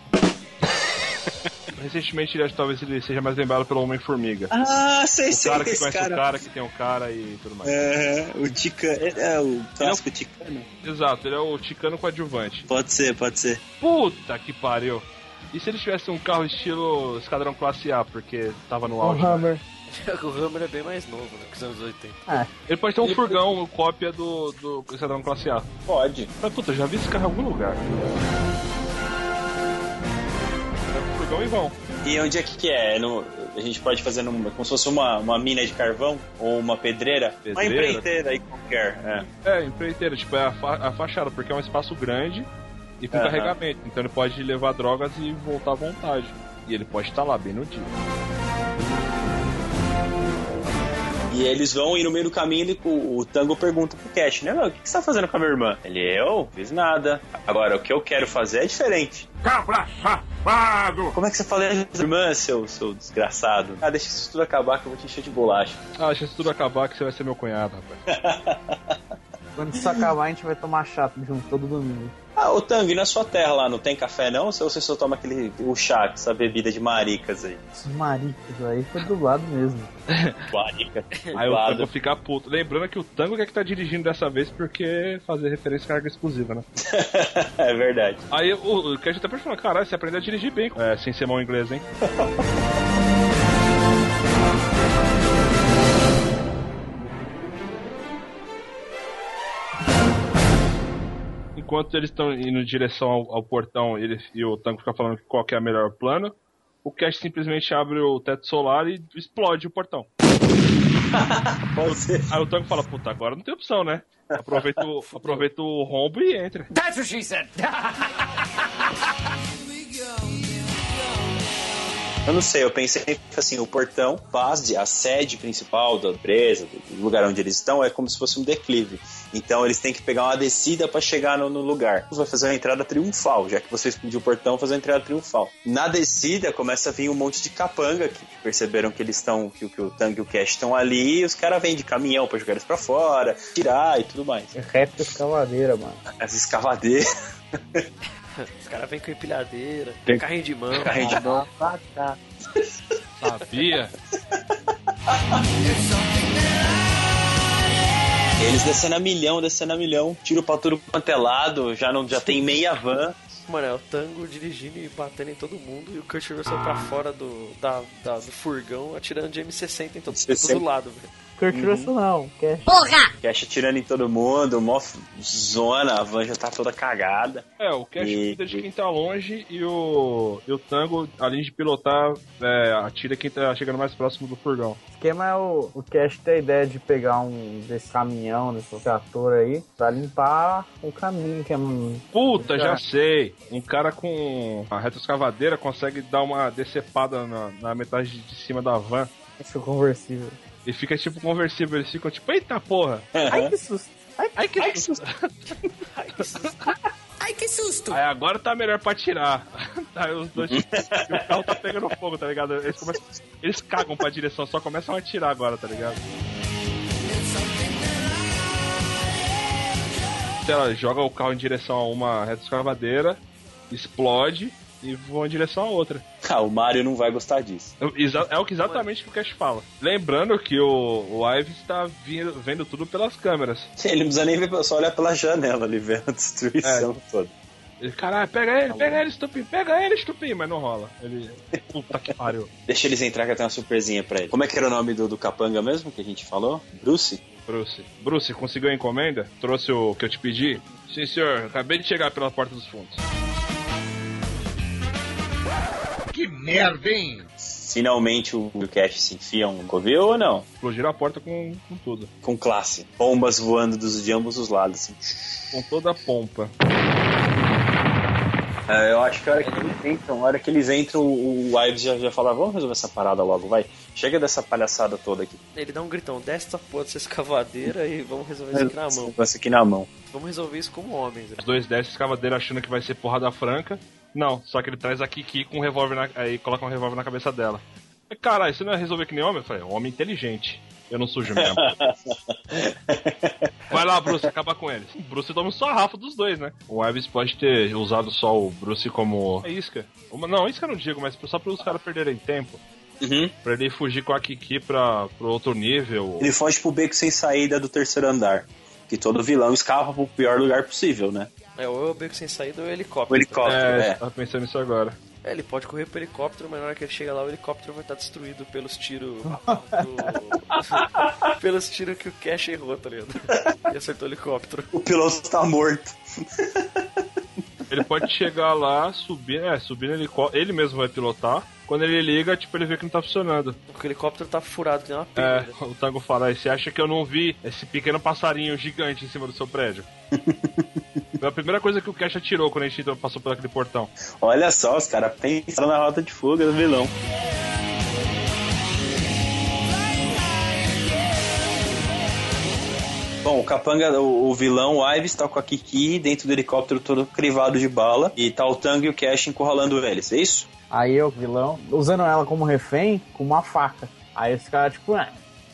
Speaker 4: Recentemente, ele, acho que talvez ele seja mais lembrado pelo Homem-Formiga.
Speaker 2: Ah, sei,
Speaker 4: o
Speaker 2: sei,
Speaker 4: cara que
Speaker 2: esse
Speaker 4: conhece
Speaker 2: cara.
Speaker 4: o cara, que tem o cara e tudo mais.
Speaker 2: É, o Tica. É, é, o clássico Ticano?
Speaker 4: Exato, ele é o Ticano coadjuvante.
Speaker 2: Pode ser, pode ser.
Speaker 4: Puta que pariu. E se ele tivesse um carro estilo Esquadrão Classe A, porque tava no
Speaker 1: O
Speaker 4: auge? né?
Speaker 1: Hammer.
Speaker 3: <laughs> o Hammer é bem mais novo, né? Que os anos 80.
Speaker 4: Ele pode ter um furgão, cópia do, do Esquadrão Classe A.
Speaker 2: Pode.
Speaker 4: Mas puta, eu já vi esse carro em algum lugar. É um furgão e vão.
Speaker 2: E onde é que, que é? No- a gente pode fazer num, como se fosse uma, uma mina de carvão ou uma pedreira? Uma
Speaker 4: Pedreira?
Speaker 2: empreiteira aí qualquer. É.
Speaker 4: É, empreiteira, tipo, é a, fa- a fachada, porque é um espaço grande e com
Speaker 2: Aham.
Speaker 4: carregamento. Então ele pode levar drogas e voltar à vontade. E ele pode estar lá bem no dia.
Speaker 2: E eles vão e no meio do caminho ele- o, o Tango pergunta pro Cash, né, meu, o que, que você tá fazendo com a minha irmã? Ele, eu? Fiz nada. Agora, o que eu quero fazer é diferente.
Speaker 12: Cabra safado!
Speaker 2: Como é que você fala isso, irmã, seu, seu desgraçado? Ah, deixa isso tudo acabar que eu vou te encher de bolacha.
Speaker 4: Ah, deixa isso tudo acabar que você vai ser meu cunhado, rapaz.
Speaker 1: Quando isso acabar, a gente vai tomar chá junto todo domingo.
Speaker 2: Ah, ô Tango, e na sua terra lá não tem café não? Ou você só toma aquele o chá, essa bebida de
Speaker 4: <laughs>
Speaker 2: maricas aí?
Speaker 1: Esses maricos aí foi do lado mesmo.
Speaker 2: Marica.
Speaker 4: Aí o
Speaker 2: Lado.
Speaker 4: Tango fica puto. Lembrando que o Tango que é que tá dirigindo dessa vez porque fazer referência à carga exclusiva, né?
Speaker 2: <laughs> é verdade.
Speaker 4: Aí o, o Cash até pode falar, caralho, você aprende a dirigir bem. É, sem ser mão inglês, hein? <laughs> Enquanto eles estão indo em direção ao, ao portão ele, e o Tango fica falando qual que é a melhor plano, o Cash simplesmente abre o teto solar e explode o portão. Aí o Tango fala, puta, agora não tem opção, né? Aproveita o, aproveita o rombo e entra.
Speaker 12: That's what she said!
Speaker 2: Eu não sei, eu pensei que assim, o portão, base, a sede principal da empresa, do lugar onde eles estão, é como se fosse um declive. Então eles têm que pegar uma descida pra chegar no, no lugar. Vai fazer uma entrada triunfal, já que você explodiu o portão, fazer uma entrada triunfal. Na descida começa a vir um monte de capanga que perceberam que eles estão, que, o- que o Tang e o Cash estão ali, e os caras vêm de caminhão pra jogar eles pra fora, tirar e tudo mais.
Speaker 1: Rap escavadeira, mano.
Speaker 2: As escavadeiras.
Speaker 3: Os caras vêm com empilhadeira,
Speaker 2: Tem-
Speaker 3: carrinho de mão.
Speaker 2: Carrinho de mão.
Speaker 4: Sabia?
Speaker 2: Eles descendo a milhão, descendo a milhão, tiro pra tudo quanto é lado, já, não, já tem meia van.
Speaker 3: Mano, é o Tango dirigindo e batendo em todo mundo e o Kurt Russell pra fora do, da, da- do furgão atirando de M60 em todo, todo lado, velho.
Speaker 1: Kurt
Speaker 2: Uhum.
Speaker 1: Russell não, Cash.
Speaker 2: Porra! Cash atirando em todo mundo, mó f- zona, a van já tá toda cagada.
Speaker 4: É, o Cash
Speaker 2: E-
Speaker 4: cuida de quem tá longe e o, e o Tango, além de pilotar, é, atira quem tá chegando mais próximo do furgão.
Speaker 1: O esquema é o, o Cash ter a ideia de pegar um desse caminhão, desse trator aí, pra limpar o caminho, que é um.
Speaker 4: Puta, já sei! Um cara com a retroescavadeira consegue dar uma decepada na, na metade de cima da van.
Speaker 1: Acho um conversível.
Speaker 4: E fica tipo conversível, eles ficam tipo, eita porra!
Speaker 1: Ai que susto! Ai que,
Speaker 4: susto!
Speaker 1: Ai que susto!
Speaker 7: Ai, que susto!
Speaker 4: Aí agora tá melhor pra tirar. <laughs> Aí os dois. e o carro tá pegando fogo, tá ligado? Eles, começam, eles cagam pra direção, só começam a atirar agora, tá ligado? Ela joga o carro em direção a uma retroescavadeira, explode e voa em direção a outra.
Speaker 2: <laughs> Ah, o Mario não vai gostar disso.
Speaker 4: Exa- É o que exatamente que o Cash fala. Lembrando que o, o Ives tá vindo- vendo tudo pelas câmeras.
Speaker 2: Ele não precisa nem ver, só olhar pela janela ali, vendo a destruição toda.
Speaker 4: Ele, Caralho, pega ele, pega ele, estupim, pega ele, estupim, mas não rola. Ele. Puta que pariu.
Speaker 2: Deixa eles entrar que eu tenho uma surpresinha pra ele. Como é que era o nome do, do capanga mesmo que a gente falou? Bruce?
Speaker 4: Bruce. Bruce, conseguiu a encomenda? Trouxe o que eu te pedi? Sim, senhor. Acabei de chegar pela porta dos fundos.
Speaker 2: Que merda, hein? Finalmente o o Cash se enfia um covil ou não?
Speaker 4: Explodiram a porta com, com tudo.
Speaker 2: Com classe. Bombas voando dos, de ambos os lados. assim.
Speaker 4: Com toda a pompa.
Speaker 2: É, eu acho que a hora que eles entram, a hora que eles entram, o o Ives já, já fala, vamos resolver essa parada logo, vai. Chega dessa palhaçada toda aqui.
Speaker 3: Ele dá um gritão, desce essa porra dessa escavadeira e vamos resolver
Speaker 2: É.
Speaker 3: isso aqui na mão.
Speaker 2: Isso aqui na mão. <laughs>
Speaker 3: Vamos resolver isso como homens. né?
Speaker 4: Os dois descem, escavadeira achando que vai ser porrada franca. Não, só que ele traz a Kiki com um revólver na. Aí coloca um revólver na cabeça dela. Caralho, você não ia resolver que nem homem? Eu falei, homem inteligente. Eu não sujo mesmo. Vai lá, Bruce, acabar com eles. O Bruce toma um sarrafo dos dois, né? O Ives pode ter usado só o Bruce como. É isca. Uma- não, isca eu não digo, mas só para os caras perderem tempo. Pra ele fugir com a Kiki pra, pro outro nível.
Speaker 2: Ele foge pro beco sem saída do terceiro andar. Que todo vilão escapa pro pior lugar possível, né?
Speaker 3: É, ou é o beco sem saída ou é o helicóptero.
Speaker 2: O helicóptero,
Speaker 4: é,
Speaker 2: é.
Speaker 4: tava pensando nisso agora.
Speaker 3: É, ele pode correr pro helicóptero, mas na hora que ele chega lá, o helicóptero vai estar destruído pelos tiros. do- <laughs> pelos tiros que o Cash errou, tá ligado? E acertou o helicóptero.
Speaker 2: O piloto tá morto.
Speaker 4: Ele pode chegar lá, subir, é, subir no helicóptero. Ele mesmo vai pilotar. Quando ele liga, tipo, ele vê que não tá funcionando.
Speaker 3: Porque o helicóptero tá furado, tem uma
Speaker 4: É, o Tango fala, "Aí, você acha que eu não vi esse pequeno passarinho gigante em cima do seu prédio? Foi a primeira coisa que o Cash atirou quando a gente entrou- passou por aquele portão.
Speaker 2: Olha só, os caras pensaram na rota de fuga do vilão. Bom, o capanga, o, o vilão, o Ives, tá com a Kiki dentro do helicóptero todo crivado de bala. E tá o Tango e o Cash encurralando eles, é isso?
Speaker 1: Aí eu, vilão, usando ela como refém, com uma faca. Aí esse cara, tipo, ah,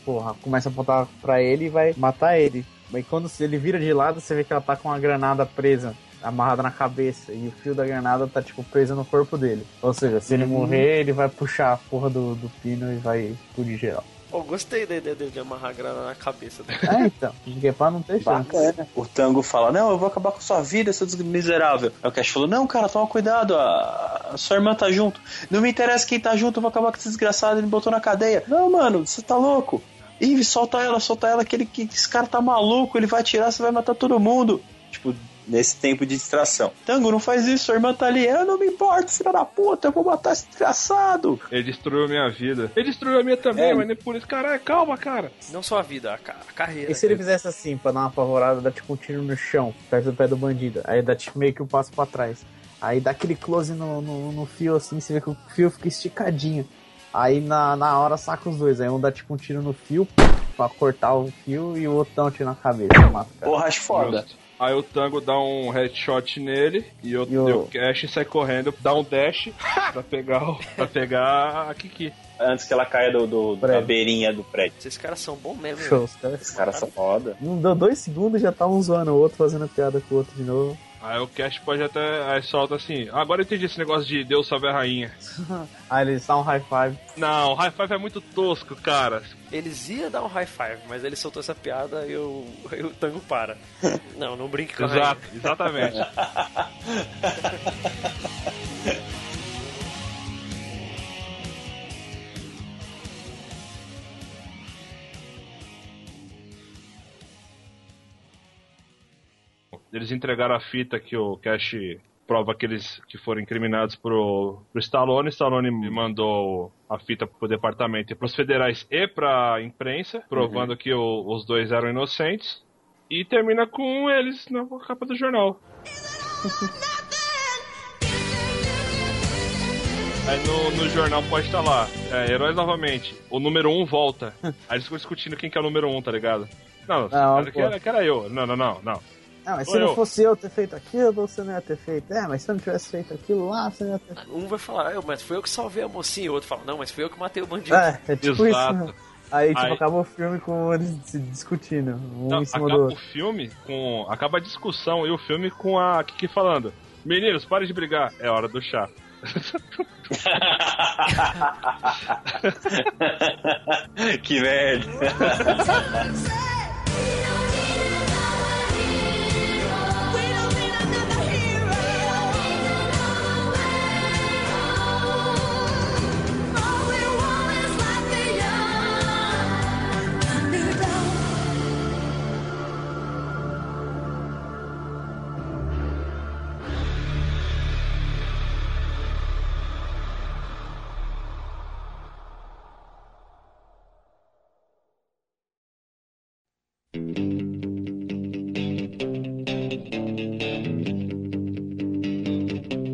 Speaker 1: porra, começa a apontar pra ele e vai matar ele. Mas quando ele vira de lado, você vê que ela tá com uma granada presa, amarrada na cabeça. E o fio da granada tá, tipo, preso no corpo dele. Ou seja, se ele
Speaker 3: Hum.
Speaker 1: morrer, ele vai puxar a porra do, do pino e vai explodir geral.
Speaker 3: Pô, gostei da ideia dele de amarrar a grana na cabeça.
Speaker 1: É, então. <laughs> Porque pra não ter chance.
Speaker 2: Bacana. O Tango fala: Não, eu vou acabar com sua vida, seu des- miserável. Aí o Cash falou: Não, cara, toma cuidado, a... a sua irmã tá junto. Não me interessa quem tá junto, eu vou acabar com esse desgraçado, ele me botou na cadeia. Não, mano, você tá louco. Ih, solta ela, solta ela, aquele que esse cara tá maluco, ele vai atirar, você vai matar todo mundo. Tipo, nesse tempo de distração. Tango, não faz isso, sua irmã tá ali. Eu não me importo, filha da puta, eu vou matar esse desgraçado.
Speaker 4: Ele destruiu a minha vida. Ele destruiu a minha também,
Speaker 2: É.
Speaker 4: mas nem por isso. Caralho, calma, cara.
Speaker 3: Não só a vida, a, ca- a carreira. né?
Speaker 1: E se ele fizesse assim, pra dar uma apavorada, dá tipo um tiro no chão, perto do pé do bandido. Aí dá tipo meio que um passo pra trás. Aí dá aquele close no, no, no fio assim, você vê que o fio fica esticadinho. Aí na, na hora saca os dois. Aí um dá tipo um tiro no fio pra cortar o fio e o outro dá um tiro na cabeça. Mata, o cara.
Speaker 2: Porra, acho foda.
Speaker 4: Aí o Tango dá um headshot nele e o, e o Cash sai correndo, dá um dash pra pegar, o- pra pegar a Kiki.
Speaker 2: Antes que ela caia do, do- da beirinha do prédio.
Speaker 3: Esses caras são bons mesmo.
Speaker 1: Show, os caras-
Speaker 2: Esses caras são foda.
Speaker 1: Não deu dois segundos e já tá um zoando o outro, fazendo piada com o outro de novo.
Speaker 4: Aí o Cash pode até. Aí solta assim. Agora eu entendi esse negócio de Deus salve a rainha.
Speaker 1: Aí eles dão um high five.
Speaker 4: Não, high five é muito tosco, cara.
Speaker 3: Eles iam dar um high five, mas ele soltou essa piada e o, <laughs> e o tango para. Não, não brinque com a
Speaker 4: Exato,
Speaker 3: rainha.
Speaker 4: exatamente. Eles entregaram a fita que o Cash prova aqueles que foram incriminados pro, pro Stallone. Stallone mandou a fita pro departamento e pros federais e pra imprensa, provando que o- os dois eram inocentes. E termina com eles na capa
Speaker 1: <laughs>
Speaker 4: do jornal. Aí no, no jornal pode estar lá, é, heróis novamente, o número um
Speaker 1: <laughs>
Speaker 4: volta. Aí eles ficam discutindo quem que é o número um, tá ligado? Não,
Speaker 1: Não,
Speaker 4: era, que era,
Speaker 1: Ah, pô.
Speaker 4: que era eu. Não, não, não, não.
Speaker 1: Ah, mas se
Speaker 4: Sou
Speaker 1: não
Speaker 4: eu.
Speaker 1: fosse eu ter feito aquilo, você não ia ter feito. É, mas se eu não tivesse feito aquilo lá, você não ia ter feito.
Speaker 3: Um vai falar, "Eu, mas foi eu que salvei a mocinha. E o outro fala, não, mas foi eu que matei o bandido.
Speaker 1: É,
Speaker 4: <laughs>
Speaker 1: é tipo isso. né? Aí, tipo,
Speaker 4: Aí-
Speaker 1: acaba o filme com eles se discutindo, um
Speaker 4: Não,
Speaker 1: em cima
Speaker 4: acaba
Speaker 1: do
Speaker 4: o
Speaker 1: outro.
Speaker 4: filme com. Acaba a discussão e o filme com a Kiki falando. Meninos, parem de brigar. É hora do chá.
Speaker 2: <laughs>
Speaker 4: <laughs>
Speaker 2: que merda.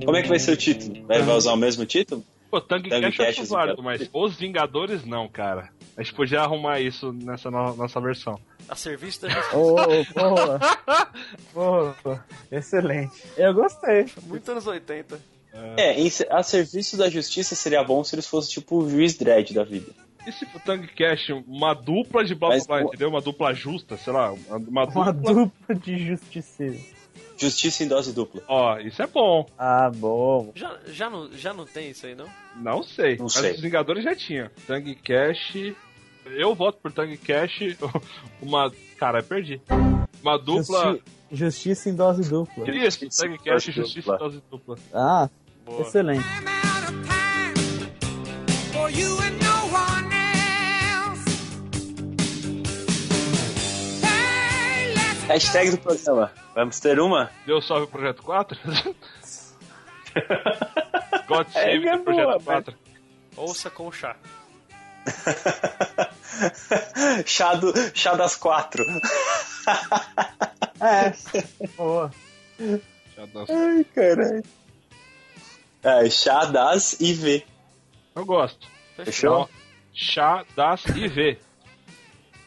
Speaker 2: Como é que vai ser o título? Vai, vai usar o mesmo título?
Speaker 4: Pô, Tank
Speaker 2: Tango
Speaker 4: Cash eu
Speaker 2: Cash,
Speaker 4: acho válido, mas Os Vingadores não, cara. A gente podia arrumar isso nessa no- nossa versão.
Speaker 3: A serviço da
Speaker 1: <laughs> Ô, ô, porra. <laughs> porra, porra. Excelente. Eu gostei.
Speaker 3: Muito anos 80.
Speaker 2: É, em se- a serviço da justiça seria bom se eles fossem tipo o juiz dread da vida.
Speaker 4: E se o Tank Cash, uma dupla de blá blá blá, entendeu? Uma dupla justa, sei lá. Uma, uma dupla.
Speaker 1: Uma dupla de justiceiros.
Speaker 2: Justiça em dose dupla.
Speaker 4: Ó, isso é bom.
Speaker 1: Ah, bom.
Speaker 3: Já, já, não, já não tem isso aí, não?
Speaker 4: Não sei.
Speaker 2: Não
Speaker 4: mas
Speaker 2: sei.
Speaker 4: os Vingadores já tinha. Tang Cash. Eu voto por Tang Cash. <laughs> Uma. Cara, eu perdi. Uma dupla.
Speaker 1: Justi- Justiça em dose dupla.
Speaker 4: Isso, Tang Cash, Justiça e Dose Dupla.
Speaker 1: Ah,
Speaker 4: Boa.
Speaker 1: excelente.
Speaker 12: For you and no one else.
Speaker 2: Hashtag do programa. Vamos ter uma?
Speaker 4: Deu salve o Projeto 4? God
Speaker 3: É,
Speaker 4: Save
Speaker 3: é
Speaker 4: the Projeto
Speaker 3: boa,
Speaker 4: 4.
Speaker 3: Ouça com o chá.
Speaker 2: <laughs> chá, do, chá das quatro.
Speaker 1: É, <laughs> boa.
Speaker 2: Ai, caralho. É, chá das e V.
Speaker 4: Eu gosto.
Speaker 2: Fechou?
Speaker 4: Chá, das e V.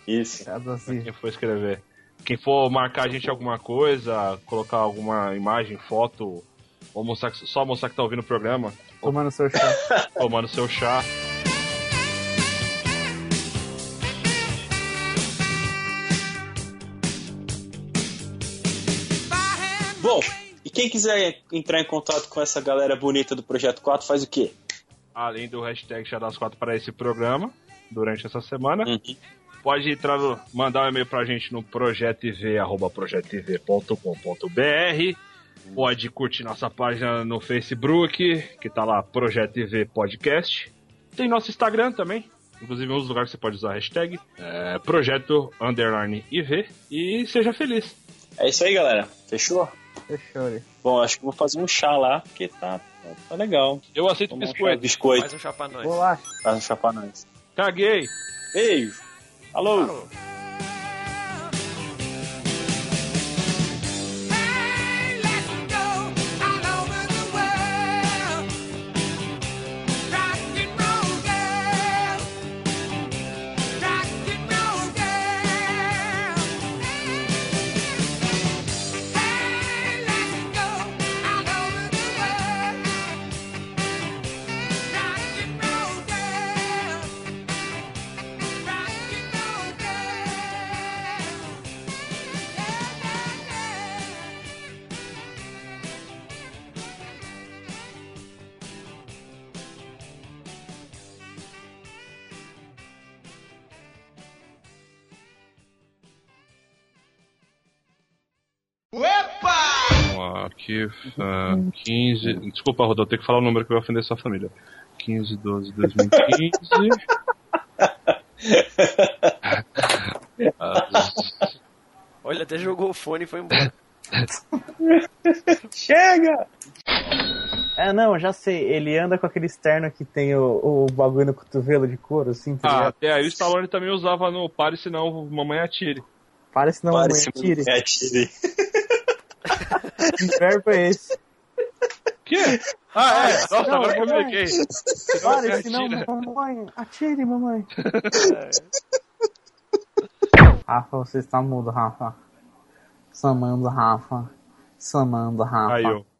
Speaker 2: Isso.
Speaker 1: Chá das Tá
Speaker 4: Quem for escrever. Quem for marcar a gente alguma coisa, colocar alguma imagem, foto, homossexo- só mostrar que tá ouvindo o programa,
Speaker 1: Tomando seu chá.
Speaker 4: tomando seu chá.
Speaker 2: Bom, e quem quiser entrar em contato com essa galera bonita do Projeto 4 faz o quê?
Speaker 4: além do hashtag Chá das Quatro para esse programa durante essa semana. Pode entrar no- mandar um e-mail pra gente no projetoiv, arroba projetoiv.com.br. Pode curtir nossa página no Facebook, que tá lá, Projeto IV Podcast. Tem nosso Instagram também, inclusive um dos lugares que você pode usar a hashtag, é projeto underline IV. E seja feliz.
Speaker 2: É isso aí, galera. Fechou?
Speaker 1: Fechou, né?
Speaker 2: Bom, acho que vou fazer um chá lá, porque tá, tá, tá legal.
Speaker 4: Eu aceito biscoito.
Speaker 2: biscoito.
Speaker 3: Faz um chá pra nós.
Speaker 1: Olá.
Speaker 2: Faz um chá pra nós.
Speaker 4: Caguei.
Speaker 2: Beijo. Alô.
Speaker 4: Vamos lá,
Speaker 1: Uhum.
Speaker 4: aqui, ah, 15. Desculpa, Rodolfo, eu tenho que falar o número que vai ofender sua família. 15, 12, 2015.
Speaker 1: <laughs>
Speaker 4: Ah,
Speaker 3: Olha, até jogou o fone e foi embora.
Speaker 2: Chega!
Speaker 1: É, não, já sei. Ele anda com aquele externo que tem o, o bagulho no cotovelo de couro, assim, tá
Speaker 4: ah,
Speaker 1: ligado?
Speaker 4: até aí o Stallone também usava no Pare Senão Mamãe Atire.
Speaker 1: Para senão a mamãe
Speaker 2: um
Speaker 1: atire.
Speaker 2: atire.
Speaker 1: Que verbo é <laughs> esse?
Speaker 4: Que? Ah, é? Nossa,
Speaker 1: Não,
Speaker 4: agora que eu
Speaker 1: mamãe.
Speaker 4: me liguei.
Speaker 1: Para senão, mamãe, atire, mamãe. <laughs> Rafa, você está mudo, Rafa. Samando, Rafa. Samando, Rafa.
Speaker 4: Aí, ó.